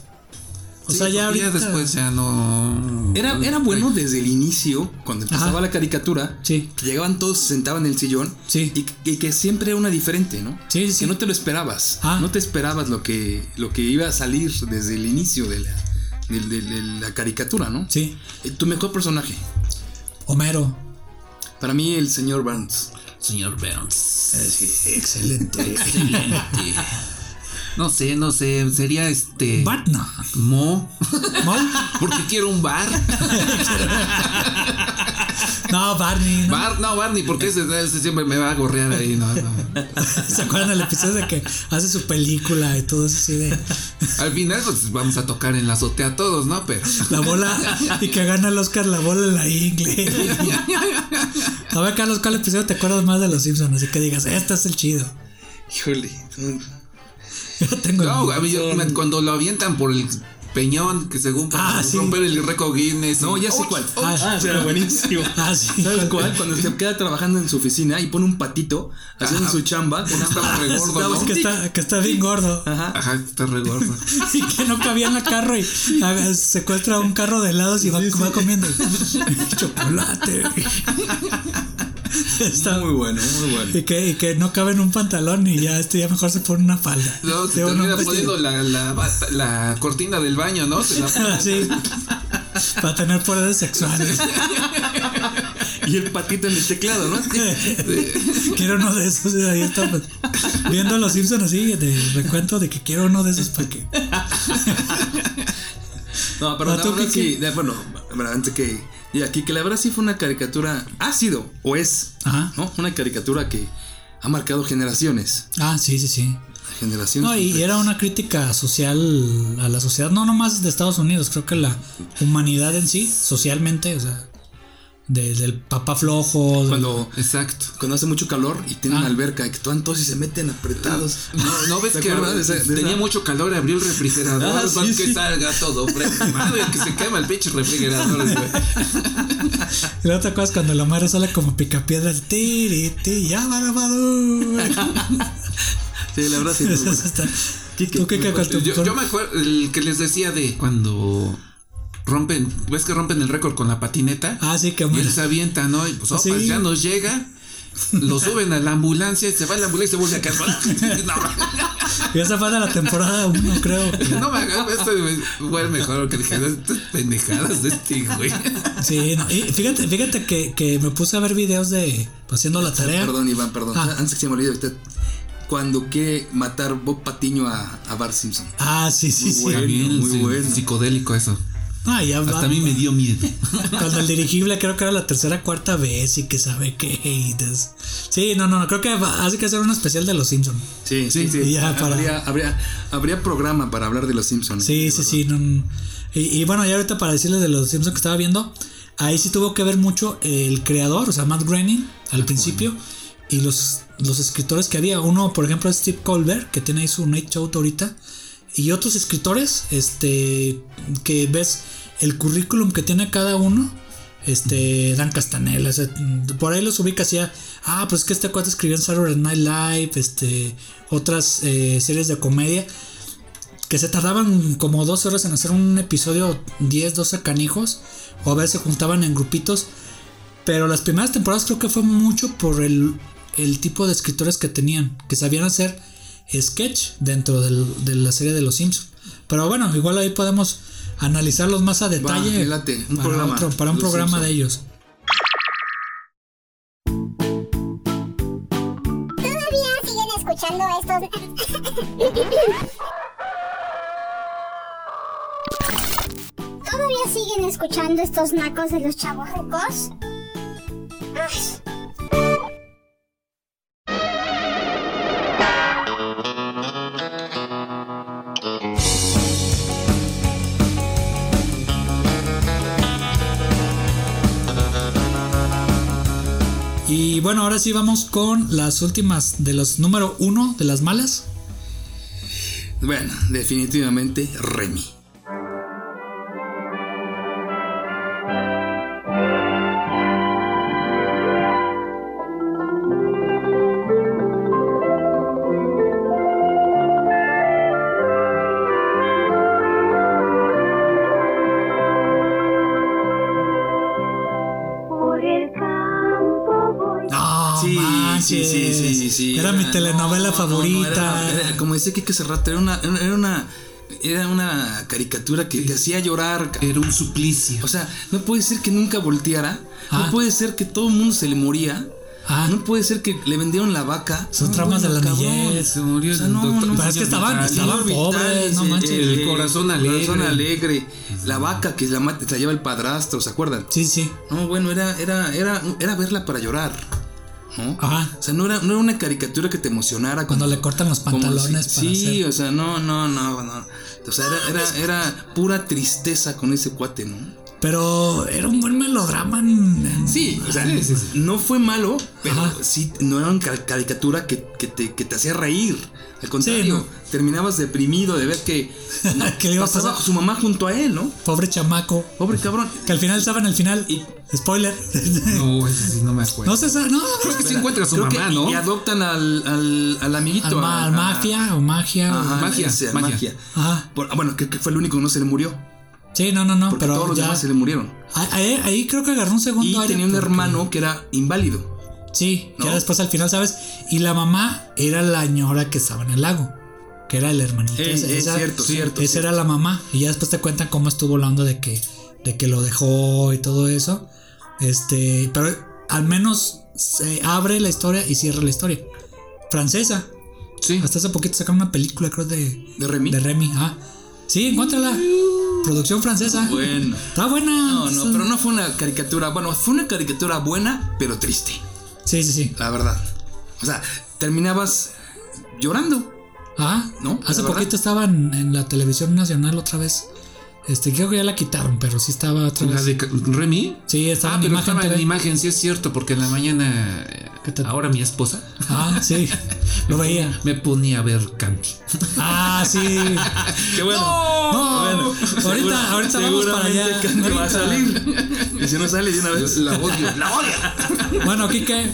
C: o sea ya
F: porque
C: ahorita
F: después ya no.
D: Era, era bueno desde el inicio, cuando empezaba
C: Ajá.
D: la caricatura,
C: Sí.
D: que llegaban todos, se sentaban en el sillón
C: Sí.
D: y, que- y que siempre era una diferente, ¿no?
C: Sí, sí, sí.
D: Que no te lo esperabas.
C: Ah.
D: No te esperabas lo que, lo que iba a salir desde el inicio de la, de- de- de la caricatura, ¿no?
C: sí
D: Eh, Tu mejor personaje.
C: Homero
D: Para mí, el señor Burns.
F: Señor Burns.
C: Eh, excelente
F: Excelente. No sé, no sé. Sería este.
C: Batna
F: Mo.
C: ¿Mol?
F: Porque quiero un bar.
C: no Barney ¿no?
F: Bar, no, Barney, porque ese, ese siempre me va a gorrear ahí. No, no.
C: se acuerdan del episodio de que hace su película y todo eso así de
F: Al final, pues vamos a tocar en la azotea todos, ¿no? Pero.
C: la bola y que gana el Oscar la bola en la ingle a ver Carlos cuál episodio te acuerdas más de los Simpsons así que digas este es el chido
D: Híjole.
C: yo tengo el-
F: No, a mí yo- me- cuando lo avientan por el peñón, que según para
C: Ah, sí.
F: romper el récord Guinness.
D: No, ya sé
F: Ouch.
D: cuál.
C: Ah,
D: Ah, era buenísimo.
C: ah sí
D: ¿Sabes cuál? Cuando se queda trabajando en su oficina y pone un patito haciendo su chamba.
F: Porque estaba re gordo,
C: Sabes
F: ¿no?
C: que está que está bien gordo
F: Ajá, está re gordo.
C: y que no cabía en el carro y haga- secuestra un carro de helados y va, va comiendo chocolate. Está
D: Muy bueno, muy bueno.
C: Y que, y que no cabe en un pantalón y ya este ya mejor se pone una falda.
F: No, se
C: Digo, no,
F: termina
C: pues,
F: poniendo la, la, bata- la cortina del baño, ¿no? Se la pone.
C: así, Ah, para tener poderes sexuales.
D: Y el patito en el teclado, ¿no?
C: Quiero uno de esos y ahí estamos viendo los Simpsons así de recuento de que quiero uno de esos para que
D: No, pero
C: Ah,
D: la
C: ¿tú
D: verdad
C: qué-
D: sí, de- bueno, bueno, antes que. Y aquí, que la verdad sí fue una caricatura. Ha sido, o es.
C: Ajá.
D: ¿no? Una caricatura que ha marcado generaciones.
C: Ah, sí, sí, sí.
D: generación.
C: No, y era una crítica social a la sociedad, no nomás de Estados Unidos, creo que la humanidad en sí, socialmente, o sea, de- del papá flojo. del-
D: Cuando,
F: Exacto.
D: cuando hace mucho calor y tienen
C: Ah.
D: alberca y que todos todos y se meten apretados.
F: No, no ves
D: ¿Te
F: Pues que
D: acuerdas de esa- de esa-
F: tenía mucho calor, abrió el refrigerador,
D: Ah,
F: para
D: sí,
F: que
D: sí.
F: salga todo fresco. Madre, que se quema el pinche refrigerador, güey.
C: Y luego te acuerdas cuando la madre sale como picapiedra, tiri, ti, ya va la madura.
D: Sí, la verdad sí.
C: Eso
D: bueno.
C: está-
D: Quique,
C: ¿Tú qué
D: muy
C: cacas tu
F: pues, Yo, yo me acuerdo el que les decía de cuando rompen, ves que rompen el récord con la patineta.
C: Ah, sí, que
F: Y él
C: muere.
F: se avienta, ¿no? Y pues, opa,
C: Sí.
F: ya nos llega. Lo suben a la ambulancia, se va a la ambulancia y se vuelve a caer. No,
C: Y esa fue de la temporada 1, creo.
F: no me hagas esto. Fue mejor que dije, estas pendejadas de este güey.
C: Sí, no, y fíjate, fíjate que, que me puse a ver videos de pues, haciendo
F: Ah,
C: la tarea.
D: Perdón, Iván, perdón.
C: Ah.
D: Antes que se me olvide usted. Cuando quiere matar Bob Patiño a, a Bart Simpson.
C: Ah, sí, sí,
D: Muy
C: sí.
D: bueno.
F: También,
D: muy
F: sí,
D: bueno.
F: Psicodélico eso.
C: Ah, ya va-
F: Hasta a mí me dio miedo.
C: Cuando el dirigible creo que era la tercera cuarta vez y que sabe qué. y des- Sí, no, no, no, creo que va- hace que hacer un especial de los Simpsons.
D: Sí, sí, sí.
C: y ya para-
D: habría, habría, habría programa para hablar de los Simpsons.
C: Sí,
D: de
C: sí,
D: verdad.
C: sí. no, no. Y, y bueno, ya ahorita para decirles de los Simpsons que estaba viendo, ahí sí tuvo que ver mucho el creador, o sea, Matt Groening al principio, y los, los escritores que había. Uno, por ejemplo, es Steve Colbert, que tiene ahí su Night Show ahorita, y otros escritores, este, que ves el currículum que tiene cada uno. Este, Dan Castanella, o sea, por ahí los ubicas ya. Ah, pues es que este cuate escribió en Saturday Night Live, este, otras eh, series de comedia que se tardaban como 12 horas en hacer un episodio 10, 12 canijos, o a veces se juntaban en grupitos, pero las primeras temporadas creo que fue mucho por el, el tipo de escritores que tenían, que sabían hacer sketch dentro del- de la serie de Los Simpsons. Pero bueno, igual ahí podemos analizarlos más a detalle
D: me late, un
C: para,
D: programa,
C: otro- para un
D: Los
C: programa
D: Simpson.
C: de ellos.
A: Todavía siguen escuchando estos. Todavía siguen escuchando estos nacos de los chavorrucos. Ay.
C: Y bueno, ahora sí vamos con las últimas de los número uno de las malas.
D: Bueno, definitivamente Remy.
G: Por el campo voy.
C: No, Oh, manches. Era mi telenovela
D: no, no,
C: favorita.
D: no, era- era- como decía Kike hace rato, era una, era una, era una caricatura que te hacía llorar. ca-
F: Era un suplicio.
D: O sea, no puede ser que nunca volteara.
C: Ah.
D: No puede ser que todo el mundo se le moría.
C: Ah.
D: No puede ser que le vendieron la vaca.
C: Son
D: No,
C: tramas de la
D: cabrón.
C: niñez.
F: Se murió
D: O sea,
F: el
D: no,
F: doctor.
D: no,
C: Pero es que estaban,
F: Vitali.
C: estaban
D: Vitales,
C: pobres, no
D: eh,
C: manches.
D: eh,
F: El corazón alegre.
D: corazón alegre. La vaca que la, mata- se la lleva el padrastro, ¿se acuerdan?
C: Sí, sí.
D: No, bueno, era, era, era, era verla para llorar. ¿no?
C: Ajá.
D: O sea, no era, no era una caricatura que te emocionara.
C: Cuando
D: como-
C: le cortan los
D: como
C: pantalones
D: si-
C: para
D: Sí,
C: hacer-
D: o sea, no, no, no, no. O sea, era, era, era pura tristeza con ese cuate, ¿no?
C: Pero era un buen melodrama. en- en-
D: Sí, o sea,
F: Sí, sí, sí.
D: no fue malo, pero
C: Ajá.
D: sí, no era una car- caricatura que, que te, que te hacía reír. Al contrario,
C: Sí, no.
D: terminabas deprimido de ver que no,
C: ¿Qué le iba a
D: pasaba
C: pasar?
D: su mamá junto a él, ¿no?
C: Pobre chamaco.
D: Pobre cabrón.
C: Que al final saben el final.
D: Y-
C: Spoiler.
F: No, ese sí no me acuerdo.
C: no se sabe. No,
F: Creo que sí encuentra a su
D: Creo que-
F: mamá,
D: Y
F: ¿no?
D: adoptan al, al, al amiguito.
C: Al ma-
D: a-
C: al
D: a-
C: mafia o magia.
D: Ajá,
C: o-
F: Magia,
D: ese,
F: magia.
D: magia.
C: Ajá.
D: Por- ah, bueno, que, que fue el único que no se le murió.
C: Sí, no, no, no.
D: Porque todos
C: Pero
D: los
C: ya.
D: demás se le murieron.
C: Ahí, ahí creo que agarró un segundo
D: Y
C: aire
D: tenía un
C: porque-
D: hermano que era inválido.
C: Sí, ya
D: ¿no?
C: después al final, ¿sabes? Y la mamá era la ñora que estaba en el lago. Que era el hermanito.
D: Eh,
C: Ese-
D: es cierto,
C: sí,
D: cierto,
C: Esa
D: cierto.
C: era la mamá. Y ya después te cuentan cómo estuvo hablando de que, de que lo dejó y todo eso. Este, pero al menos se abre la historia y cierra la historia. Francesa.
F: Sí.
C: Hasta hace poquito sacaron una película, creo, de,
D: De Remy.
C: de Remy. Ah, sí, encuéntrala. Producción francesa.
D: Bueno.
C: Está buena.
D: No, no, pero no fue una caricatura. Bueno, fue una caricatura buena, pero triste.
C: Sí, sí, sí.
D: La verdad. O sea, terminabas llorando.
C: Ah,
D: ¿No?
C: hace
D: ¿La verdad?
C: poquito estaba en, en la televisión nacional otra vez. Este, creo que ya la quitaron, pero sí estaba otra
F: ¿La
C: vez.
F: de Ca- Remy?
C: Sí, estaba
F: Ah,
C: en
F: pero
C: imagen.
F: estaba en
C: TV.
F: imagen, sí es cierto, porque en la mañana eh,
C: te-
F: ahora mi esposa
C: Ah, sí. Lo veía.
F: me ponía a ver Candy.
C: Ah, sí.
F: Qué bueno.
C: No,
D: Bueno,
C: ahorita,
D: segura-
C: ahorita vamos para
D: seguramente
C: allá.
D: Candy va a
C: Ahorita.
D: salir. Y si no sale de una vez,
F: La odio, la odio.
C: Bueno, Kike.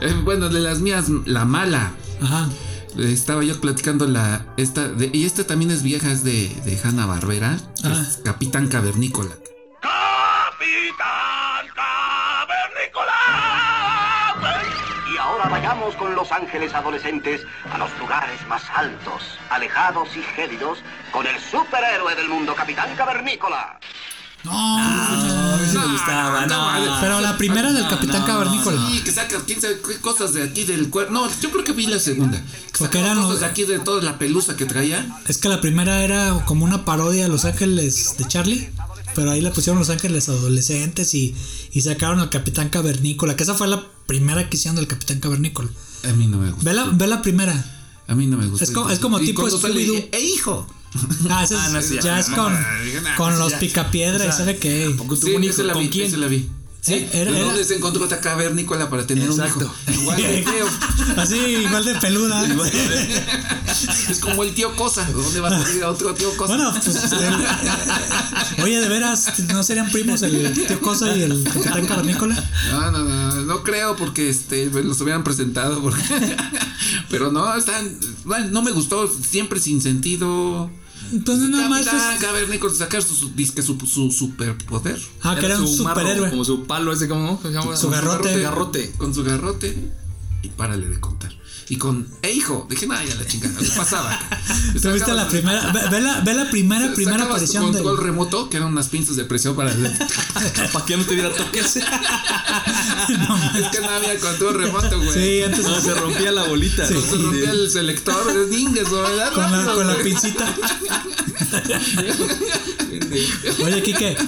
F: Eh, bueno, de las mías, la mala.
C: Ajá.
F: Eh, Estaba yo platicando la esta de- y esta también es vieja, es de, de Hanna Barbera,
C: Ah.
F: Capitán Cavernícola.
E: Capitán Cavernícola. Y ahora vayamos con los ángeles adolescentes a los lugares más altos, alejados y gélidos, con el superhéroe del mundo, Capitán Cavernícola.
C: No, no,
D: sí me
F: No,
D: gustaba,
F: Ah, no,
D: no.
C: Pero la primera del
D: No,
C: Capitán
D: no,
C: Cavernícola.
F: Sí, que saca quién sabe qué cosas de aquí del cuerpo. No, yo creo que vi la segunda. Que
C: Porque
F: sacaba
C: eran
F: cosas
C: los-
F: de aquí de toda la pelusa que traía.
C: Es que la primera era como una parodia de Los Ángeles de Charlie. Pero ahí le pusieron Los Ángeles Adolescentes y, y sacaron al Capitán Cavernícola. Que esa fue la primera que hicieron del Capitán Cavernícola.
F: A mí no me gusta.
C: Ve la, ve la primera.
F: A mí no me gusta.
C: Es como- es como tipo Scooby-Doo.
F: ¡Eh, hijo!
C: Ah, esa es-
D: Ah, no, sí,
C: ya
D: ya,
C: es
D: no,
C: con,
D: no, no,
C: con
D: no,
C: los
D: ya.
C: picapiedra
D: O
C: y
D: sea,
C: sabe qué.
D: tampoco tuvo
F: Sí,
D: un
F: esa
D: hijo.
F: la
D: ¿Con
F: vi,
D: quién?
F: esa la vi.
C: Sí,
F: ¿De
C: era- era-
F: dónde se encontró esta cavernícola para tener
D: Exacto.
F: un hijo? Igual de feo.
C: Así, igual de peluda.
F: Es como el tío Cosa. ¿De dónde va a salir a otro tío Cosa?
C: Bueno, pues. el- oye, de veras, ¿no serían primos el tío Cosa y el Capitán Cavernícola?
F: No, no, no, no creo porque este pues, los hubieran presentado. porque- Pero no, están, bueno, no me gustó, siempre sin sentido.
C: Entonces, nada más. pues,
F: Capitán
C: es-
F: Cavernícola sacar su, su, disque su, su superpoder.
C: Ah, que era un
D: su marro,
C: superhéroe.
D: Como su palo ese, como.
C: Su garrote.
D: garrote.
F: Con su garrote. Y párale de contar. Y con, eh hijo, dije nada, ya la chingada. ¿Qué pasaba?
C: ¿Tú viste la primera? Ve, ve la, ve la primera, primera
F: Sacabas tu
C: aparición de.
F: control remoto, que eran unas pinzas de presión para el-
D: Para que ya no te diera toques.
C: No,
F: Es que no había control remoto, güey.
C: sí, antes.
D: No, se rompía la bolita.
C: Sí.
D: ¿no?
F: Se rompía el selector, es dingues, ¿verdad?
C: Con la,
F: Rápido,
C: con la
F: güey.
C: pincita. Oye, Kike,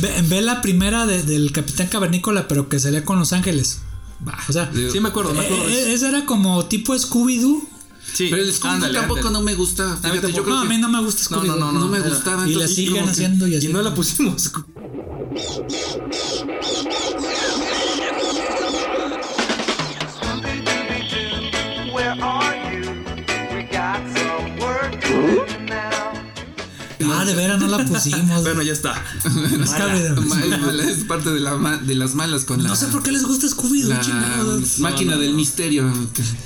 C: ve, ve la primera de- del Capitán Cavernícola, pero que salía con Los Ángeles.
F: Bah,
C: O sea,
F: digo,
D: Sí, me acuerdo, me acuerdo.
C: Eh, eh, esa era como tipo Scooby-Doo.
D: Sí,
F: Pero el Scooby
D: ándale,
F: tampoco
D: ándale.
F: no me gusta. Fíjate, yo
D: tampoco.
F: creo
C: No, a
F: que-
C: mí no me gusta
F: No,
C: Scooby-Doo.
F: no, no, no me
D: era-
F: gustaba.
C: Y la
F: entonces,
C: siguen
F: como que-
C: haciendo y así.
D: Y no la pusimos.
E: Where are you? We got some work to do now.
C: Ah, de veras no la pusimos.
D: Bueno, ya está.
C: Scooby-Doo.
F: Ma- Es, mala, es parte de, la ma- de las malas con la,
C: No sé por qué les gusta
F: la
C: Scooby-Doo, chingados.
F: máquina del misterio.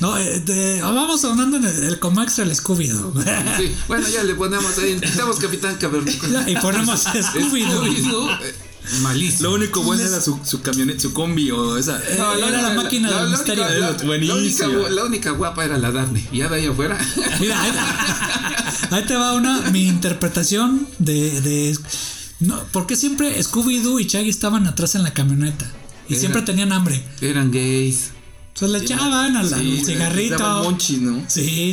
C: No, eh, de- ah, vamos andando en el, el Comax el Scooby-Doo.
F: Sí, bueno, ya le ponemos ahí. Estamos Capitán Cavernícola.
C: y ponemos Scooby-Doo.
F: Scooby-Doo, eh, Malísimo.
D: Lo único bueno era su, su camioneta, su combi o esa.
C: No, era la máquina del misterio.
F: única- la-
D: Buenísimo.
F: La única, gu- la única guapa era la Daphne. Ya de ahí afuera.
C: Mira, ahí, ahí te va una, mi interpretación de... de no, ¿Por qué siempre Scooby-Doo y Shaggy estaban atrás en la camioneta? Y
F: Era-
C: siempre tenían hambre.
F: Eran gays.
C: Entonces le echaban al, al
D: Sí, daban
C: Ah, cigarrito.
D: monchis, ¿no?
C: Sí,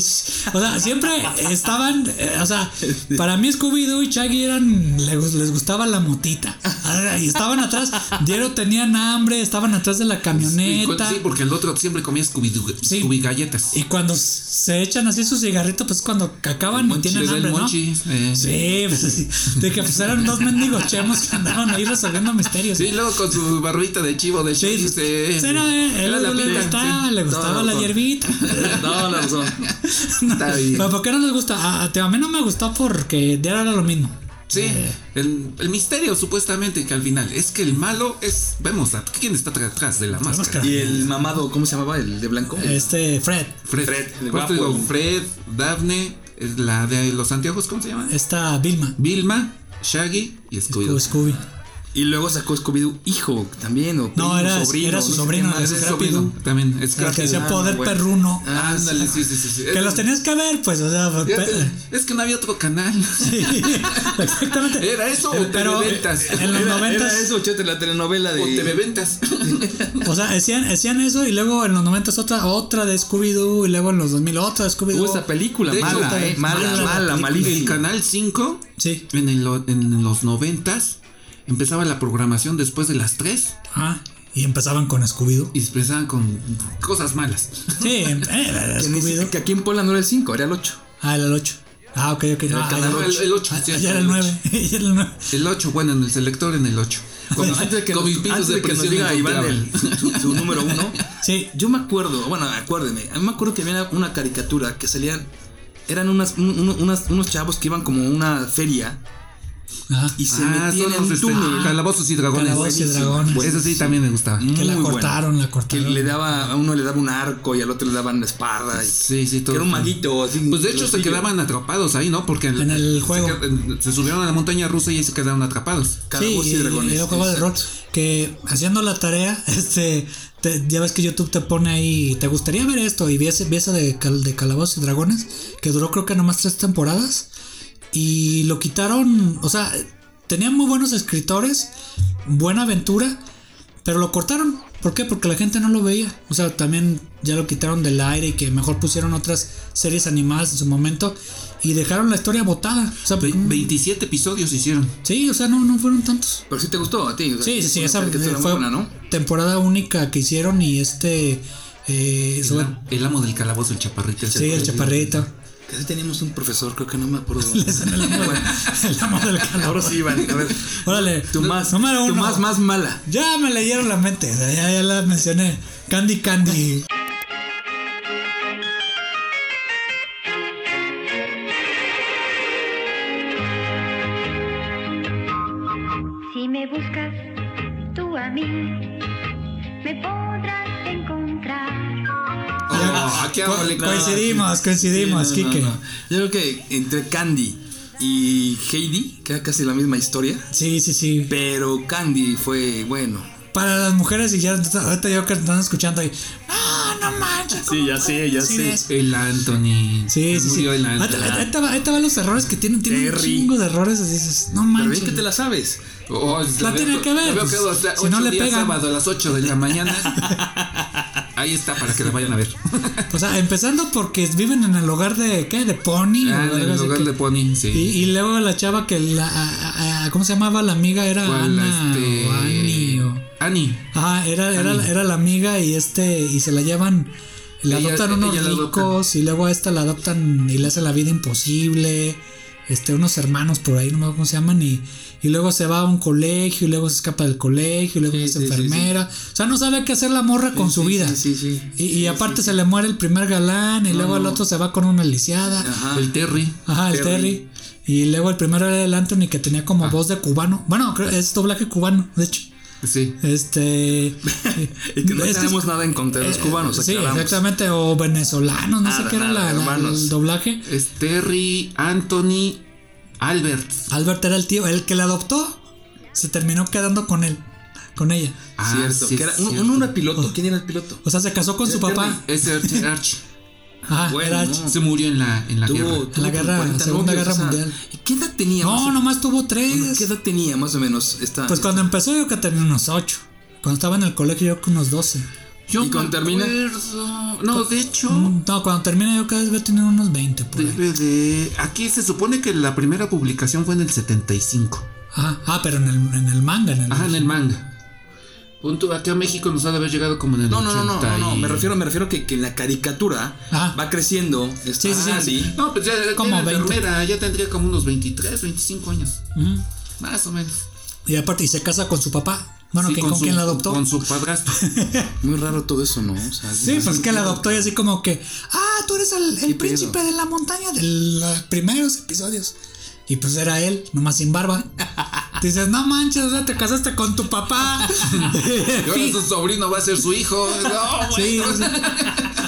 C: o sea, siempre estaban, eh, o sea, para mí Scooby-Doo y Shaggy eran, le gus- les, gustaba la motita. Ah, Y estaban atrás, dieron, tenían hambre, estaban atrás de la
F: Y cu-
C: camioneta.
F: Sí, porque el otro siempre comía Scooby-Doo,
C: Sí.
F: Scooby galletas.
C: Y cuando se echan así su cigarrito, pues cuando acaban y
F: Monchi,
C: tienen
F: le da el
C: hambre, ¿no?
F: monchi, eh.
C: Sí, pues así. De que pues eran dos mendigos chemos que andaban ahí resolviendo misterios.
F: Sí, luego con su barbita de chivo de
C: Sí,
F: chile.
C: pues, era, eh, él le gustaba, le gustaba la hierbita.
D: No, la razón.
F: Está bien.
C: Pero ¿por qué no les gusta? A, a- a mí no me gustó porque diario era lo mismo.
F: Sí,
C: Eh.
F: el, el misterio supuestamente que al final es que el malo es. Vemos a quién está tra- atrás de la máscara.
C: máscara.
D: Y el mamado, ¿cómo se llamaba? El de blanco.
C: Este, Fred,
F: Fred.
D: Fred, el
F: Por eso
D: guapo,
F: digo,
D: el-
F: Fred, Daphne, es la de los anteojos, ¿cómo se llama?
C: esta Vilma,
F: Vilma, Shaggy y Scooby.
C: Scooby. Scooby.
D: Y luego sacó Scooby-Doo, hijo también. O primo,
C: era-
D: sobrino,
C: era su
D: no sé
C: sobrino,
D: qué más.
C: era su
D: Ese
C: Scrappy-Doo.
D: sobrino.
F: También, es
C: El que hacía
D: Ah,
C: poder
D: bueno.
C: perruno.
F: Ah, ándale, sí, sí, sí. sí.
C: Que los tenías que ver, pues, o sea,
F: Ya
C: pe-
F: te- Es que no había otro canal.
C: sí, exactamente.
F: ¿Era eso o
C: Pero
F: televentas?
C: en los
D: Era, era
C: noventas,
D: eso, chete, la telenovela
F: O
D: de.
F: TV Ventas.
C: o sea, hacían, hacían eso y luego en los noventas otra, otra de Scooby-Doo y luego en los 2000 otra de
D: Hubo
C: Scooby-Doo.
D: esa película,
F: De hecho,
D: mala,
C: te-
D: eh. Mala,
C: mala,
D: mala, malísima.
F: El canal 5
C: Sí.
F: en, el- en los noventas empezaba la programación después de las 3
C: Ah, y empezaban con Scooby-Doo.
F: y empezaban con cosas malas.
C: Sí, em- era
D: Que ni
C: Scooby-Doo.
D: siquiera- Que aquí en Puebla no era el 5, era el 8.
C: Ah, era el 8. Ah, ok, ok.
F: Era
C: No,
F: el
C: ah,
F: canal
C: ya-
F: ocho. El ocho,
C: ah,
F: sí,
C: ya era el 9. ya era el 9.
F: El 8, bueno, en el selector en el 8.
D: Bueno, antes de que,
F: Con
D: nos,
F: mis picos
D: antes de
F: de
D: que nos
F: presión
D: diga Iván
F: encontraba.
D: el- su, su número uno,
C: Sí.
D: yo me acuerdo, bueno, acuérdenme, a mí me acuerdo que había una caricatura que salían, eran unas, un- un- unas- unos chavos que iban como a una feria
C: Ajá.
D: y se
F: ah,
D: metían
F: son los
D: en un
F: este,
D: túnel.
F: calabozos y dragones.
C: Calabozos y
F: Buenísimo.
C: dragones.
F: Eso sí, también me gustaba.
C: Que la
D: Muy bueno.
C: cortaron, la
D: Que
C: cortaron.
D: le daba, a uno le daba un arco y al otro le daban la espada. y-
F: Sí, sí,
D: que
F: todo.
D: era un
F: estaba-
D: maguito. así,
F: Pues de hecho se
D: loquillo.
F: quedaban atrapados ahí, ¿no? Porque
C: En el
F: se
C: juego.
F: qued- Se, subieron a la montaña rusa y ahí se quedaron atrapados.
D: Calabozos
C: sí,
D: y dragones.
C: Era un juego de rol. Que haciendo la tarea, este, te- ya ves que YouTube te pone ahí, te gustaría ver esto. Y vi, ese, vi esa de, cal- de Calabozos y Dragones, que duró creo que nomás tres temporadas. Y lo quitaron, o sea, tenían muy buenos escritores, buena aventura, pero lo cortaron. ¿Por qué? Porque la gente no lo veía. O sea, también ya lo quitaron del aire y que mejor pusieron otras series animadas en su momento y dejaron la historia botada. O sea,
F: Ve-
C: mm,
F: 27 episodios hicieron.
C: Sí, o sea, no, no fueron tantos.
D: Pero si te gustó a ti. o sea,
C: Sí, sí, sí,
D: una
C: esa
D: caricatura muy
C: fue
D: buena, ¿no?
C: temporada única que hicieron y este... Eh,
F: El,
C: sobre-
F: am- el amo del calabozo, el chaparrito. ese.
C: sí, el chaparrito.
D: Que sí teníamos un profesor, creo que no me acuerdo.
C: el amo del calor.
D: Ahora sí, Iván, a ver.
C: Órale,
D: Tu más,
C: número
D: tu
C: uno.
D: más, más mala.
C: Ya me leyeron la mente, o sea, ya, ya la mencioné. Candy Candy.
D: Oh,
G: Si me buscas tú a mí, me podrás encontrar.
F: Ah, qué
C: Co-
F: amable, claro.
C: coincidimos, coincidimos,
D: Sí, no, no,
C: Kike.
D: no. Yo creo que entre Candy y Heidi, que era casi la misma historia,
C: Sí, sí, sí.
D: pero Candy fue bueno.
C: Para las mujeres y ya ahorita yo que están escuchando ahí. No, no manches. ¿cómo
D: ya sé, ya
C: puedes decir eso?
F: El Anthony.
C: Sí, sí, sí.
F: Murió el
C: Ahí
F: Anthony.
C: te- ahí te va- ahí te van los errores que tienen. Tienen un
D: Terry.
C: chingo de errores. Así dices, no
D: Pero
C: manches.
D: bien que te la sabes.
F: Oh, se
C: La
F: había-
C: tiene que ver,
F: se había
C: pues,
F: quedado hasta
C: si no
F: ocho
C: le
F: días
C: pegan.
F: sábado a las 8 de la mañana. Ahí está para que la vayan a ver.
C: O sea, empezando porque viven en el hogar de. ¿Qué? De Pony. o
F: Ah,
C: algo
F: en el
C: así
F: lugar
C: que-
F: de Pony, sí.
C: Y, y luego la chava que la. a- a- a- ¿Cómo se llamaba la amiga? Era
F: ¿Cuál,
C: Ana.
F: este?
C: o Annie. o-
F: Annie.
C: Ajá, era, era, la- era la amiga y este. Y se la llevan. La
F: Ella-
C: adoptan unos
F: ella la adoptan.
C: ricos y luego a esta la adoptan y le hace la vida imposible. Este, unos hermanos por ahí, no me acuerdo cómo se llaman. Y, y luego se va a un colegio y luego se escapa del colegio y luego
D: Sí,
C: es
D: sí, sí, sí.
C: enfermera. O sea, no sabe qué hacer la morra con su
D: Sí,
C: vida.
D: Sí, sí, sí.
C: Y, y aparte se le muere el primer galán y luego el
D: no.
C: otro se va con una lisiada. Ajá,
D: Ajá.
F: El Terry.
C: el Terry. Y luego el primero era el Anthony que tenía como
D: Ah.
C: voz de cubano. Bueno, creo- es doblaje cubano, de hecho.
F: Sí.
C: Este.
D: Y que no
C: es
D: tenemos nada en contra de
F: eh,
D: los cubanos,
C: Sí,
D: aclaramos.
C: exactamente. O venezolanos, no sé
D: Nada,
C: qué era
D: nada,
C: la- la-
D: hermanos.
C: el doblaje.
F: Es Terry, Anthony, Albert.
C: Albert era el tío, el que la adoptó, se terminó quedando con él, con ella.
F: Ah,
D: cierto.
F: sí,
D: que era,
F: es
D: uno,
F: cierto.
D: uno era piloto. ¿Quién era el piloto?
C: O sea, se casó con su
D: Terry.
C: papá.
F: Es Arch. Arch.
C: Ajá,
D: Bueno,
C: era-
D: no.
F: Se murió en la, en la
D: Tuvo,
F: guerra.
D: tuvo
C: La
D: como
C: guerra-
D: 40
C: Segunda
D: novios,
C: Guerra
D: o sea,
C: Mundial.
D: ¿y ¿Qué edad tenía? más
C: No,
D: o-
C: nomás tuvo
D: Bueno,
C: tres.
D: ¿Qué edad tenía más o menos esta?
C: Pues cuando empezó yo que tenía unos 8. Cuando estaba en el colegio yo que unos 12.
F: Yo
D: ¿Y
F: me
D: cuándo termina?
F: acuerdo- No, de hecho,
C: Mm, No, cuando termine yo que debe tener unos 20 por ahí.
F: debe de. Aquí se supone que la primera publicación fue en el 75.
C: Ajá, ah, pero en el, en el manga, en el,
F: Ajá, en el manga. Punto, acá a México nos ha de haber llegado como en el
D: No, no, no,
F: 80
D: no, no, no,
F: y-
D: me refiero, me refiero que, que en la caricatura
C: Ah.
D: va creciendo. Está
C: Sí, sí, sí.
D: Andy.
F: No, pues ya era
C: Como
F: como
C: 20.
F: enfermera, ya tendría como unos 23, 25 años.
C: Ujú.
F: Más o menos.
C: Y aparte, y se casa con su papá. Bueno,
F: Sí,
C: que- ¿con,
F: su-
C: quién la adoptó?
F: Con su padrastro.
D: Muy raro todo eso, ¿no? O sea,
C: Sí,
D: no
C: pues
D: sé
C: que la
D: qué-
C: adoptó y así como que, ah, tú eres el, el
D: ¿Qué
C: príncipe
D: pedo?
C: de la montaña de los primeros episodios. Y pues era él, nomás sin barba. Dices, no manches, o sea, te casaste con tu papá.
F: Y ahora su sobrino va a ser su hijo. No,
C: Sí,
F: bueno.
C: sí.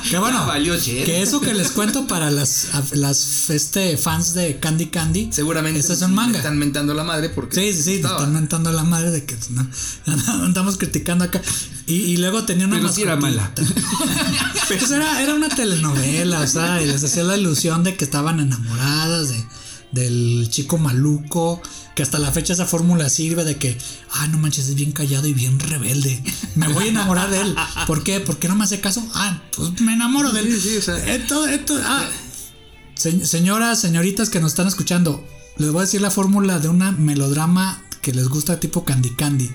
C: Que bueno,
F: Ya valió, che.
C: que eso que les cuento para las, a- las este, fans de Candy Candy.
D: Seguramente
C: Este es
D: le
C: un manga.
D: están mentando la madre porque.
C: Sí, sí, sí, nos
D: estaba.
C: están mentando la madre de que pues, no, andamos criticando acá. Y, y luego tenía una
F: Pero sí era mala.
C: Pues era, era una telenovela, o sea, y les hacía la ilusión de que estaban enamoradas de, del chico maluco, que hasta la fecha esa fórmula sirve de que, ah, no manches, es bien callado y bien rebelde. Me voy a enamorar de él. ¿Por qué? ¿Por qué no me hace caso? Ah, pues me enamoro de él.
D: Sí, sí, o sea.
C: Esto, esto, ah. Se- señoras, señoritas que nos están escuchando, les voy a decir la fórmula de una melodrama que les gusta tipo Candy Candy.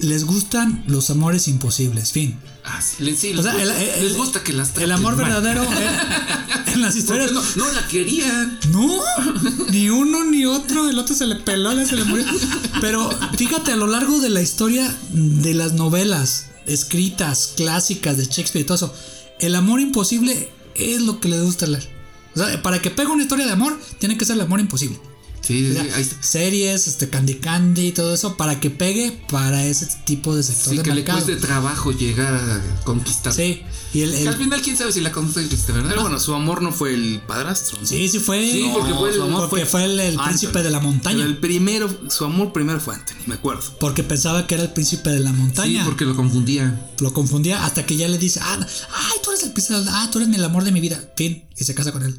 C: Les gustan los amores imposibles, fin.
F: Ah, sí, le- sí,
C: O sea,
F: les,
C: el-
F: gusta,
C: el-
F: les gusta que las
C: El amor
F: traten mal.
C: verdadero era, en las historias.
F: No, no la querían.
C: No, ni uno ni otro. El otro se le peló, el otro se le murió. Pero fíjate, a lo largo de la historia de las novelas escritas, clásicas de Shakespeare y todo eso, el amor imposible es lo que le gusta a leer. O sea, para que pegue una historia de amor, tiene que ser el amor imposible.
F: Sí,
C: O
F: sí,
C: sea,
F: sí, ahí está.
C: series, este Candy Candy y todo eso, para que pegue para ese tipo de sector
F: Sí,
C: de
F: que le
C: mercado.
F: cueste trabajo llegar a conquistar.
C: Sí, y el,
F: Que
C: el-
F: al final, quién sabe si la conquistaste, ¿verdad?
D: Pero bueno, su amor no fue el padrastro. ¿no?
C: sí, sí fue,
F: Sí, porque Ah, fue el-
C: su amor porque fue el, el
D: Anthony.
C: príncipe de la montaña.
D: Pero el primero, su amor primero fue Anthony, me acuerdo.
C: Porque pensaba que era el príncipe de la montaña.
F: Sí, porque lo confundía.
C: Lo confundía hasta que ya le dice, ah, ay, tú eres el príncipe, de la- ah, tú eres el amor de mi vida. Fin, y se casa con él.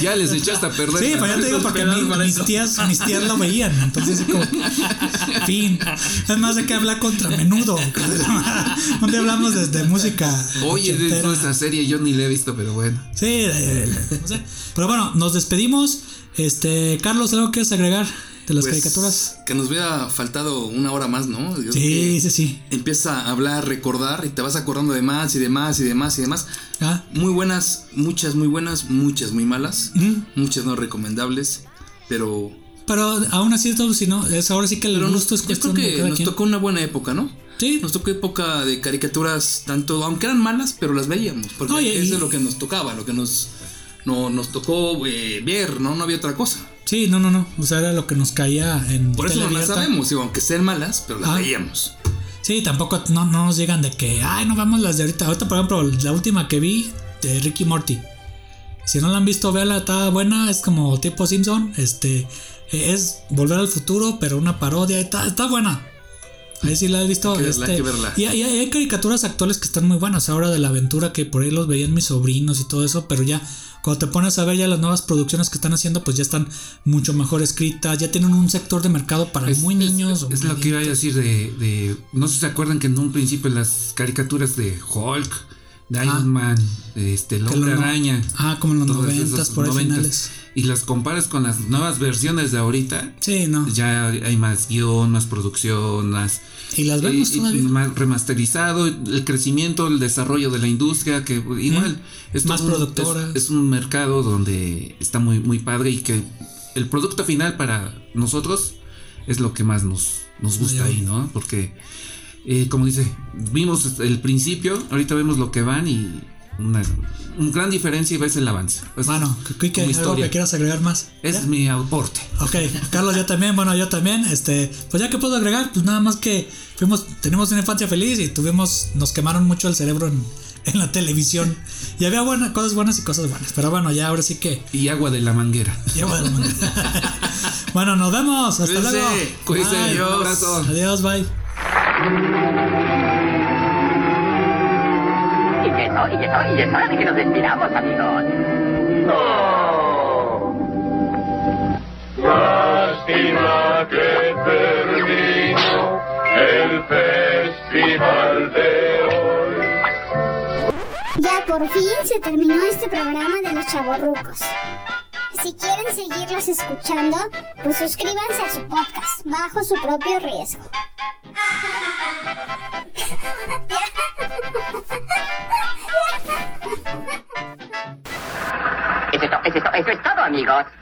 F: Ya les echaste a perder.
C: Sí, pero ya te digo
F: pues
C: porque mi-
D: con
C: mis,
D: eso.
C: tías, mis tías lo veían. Entonces, así como, fin. Es más de que hablar contra menudo. Donde hablamos desde música.
F: Oye, de
C: ochentera.
F: toda esa serie yo ni la he visto, pero bueno.
C: Sí, eh, no sé. pero bueno, nos despedimos. Este, Carlos, ¿algo quieres agregar de las
D: Pues,
C: caricaturas?
D: Que nos hubiera faltado una hora más, ¿no? Yo
C: Sí,
D: creo
C: sí, sí.
D: que Empieza a hablar, recordar y te vas acordando de más y de más y de más y de más.
C: Ah,
D: Muy buenas, muchas muy buenas, muchas muy malas,
C: Ujú.
D: muchas no recomendables, pero...
C: Pero aún así, todo, si no, es ahora sí que el
D: pero
C: gusto Pues, es
D: nos, yo creo
C: cuestión de
D: que
C: cada
D: nos
C: quien.
D: tocó una buena época, ¿no?
C: Sí.
D: Nos tocó época de caricaturas, tanto, aunque eran malas, pero las veíamos, porque
C: Oye,
D: eso
C: y-
D: es lo que nos tocaba, lo que nos, no, nos tocó eh, ver, ¿no? No había otra cosa.
C: Sí, no, no, no. O sea, era lo que nos caía en
D: Por eso
C: tele
D: no las
C: abierta.
D: sabemos, digo, aunque sean malas, pero las
C: Ah.
D: veíamos.
C: Sí, tampoco no, no nos llegan de que, ay, no vamos las de ahorita. Ahorita, por ejemplo, la última que vi de Ricky Morty. Si no la han visto, véala, está buena, es como tipo Simpson, este eh, es volver al futuro, pero una parodia, está, está buena. Ahí sí la he visto.
D: Hay que verla,
C: este,
D: hay que verla.
C: Y, hay- y hay caricaturas actuales que están muy buenas. Ahora de la aventura que por ahí los veían mis sobrinos y todo eso, pero ya cuando te pones a ver ya las nuevas producciones que están haciendo, pues ya están mucho mejor escritas, ya tienen un sector de mercado para
F: Es-
C: muy
F: es-
C: niños. o
F: Es,
C: muy
F: lo que iba a decir de, de- No sé si se acuerdan que en un principio las caricaturas de Hulk, de Iron
C: Ah.
F: Man, este, el
C: Que lo
F: Hombre
C: no-
F: Araña.
C: Ah, como en los
F: todas
C: noventas,
F: esas
C: por ahí
F: noventas,
C: finales.
F: Y las comparas con las nuevas versiones de ahorita.
C: Sí, no.
F: Ya hay más guión, más producción, más.
C: Y las vemos
F: y- y
C: todavía.
F: más remasterizado, el crecimiento, el desarrollo de la industria, que igual es
C: Más
F: todo un-
C: productoras.
F: es- Es, un mercado donde está muy, muy padre y que el producto final para nosotros es lo que más nos, nos gusta
C: Ay,
F: ahí, ¿no? Porque, eh, como dice, vimos el principio, ahorita vemos lo que van y una, un gran diferencia y ves el avance. Es
C: Bueno, que- que- que
F: como
C: algo
F: historia.
C: que quieras agregar más.
F: Ese es
C: ¿Ya?
F: mi aporte.
C: Ok, Carlos, yo también, bueno, yo también. Este, pues ya que puedo agregar, pues nada más que fuimos, tenemos una infancia feliz y tuvimos, nos quemaron mucho el cerebro en, en la televisión. Y había buenas, cosas buenas y cosas buenas. Pero bueno, ya ahora sí que
F: Y agua de la manguera.
C: llevo de la mano. Bueno, nos vemos. Hasta
D: Cuídense,
C: luego.
F: Cuídense,
C: Bye.
F: un abrazo.
C: Adiós, bye.
I: Y es, hora- y, es, hora- y es hora de que nos despidamos, amigos. ¡No! Lástima que terminó el festival de hoy.
A: Ya por fin se terminó este programa de los chavorrucos. Si quieren seguirlos escuchando, pues suscríbanse a su podcast bajo su propio riesgo.
I: Eso es, to- eso es to- eso es todo, amigos.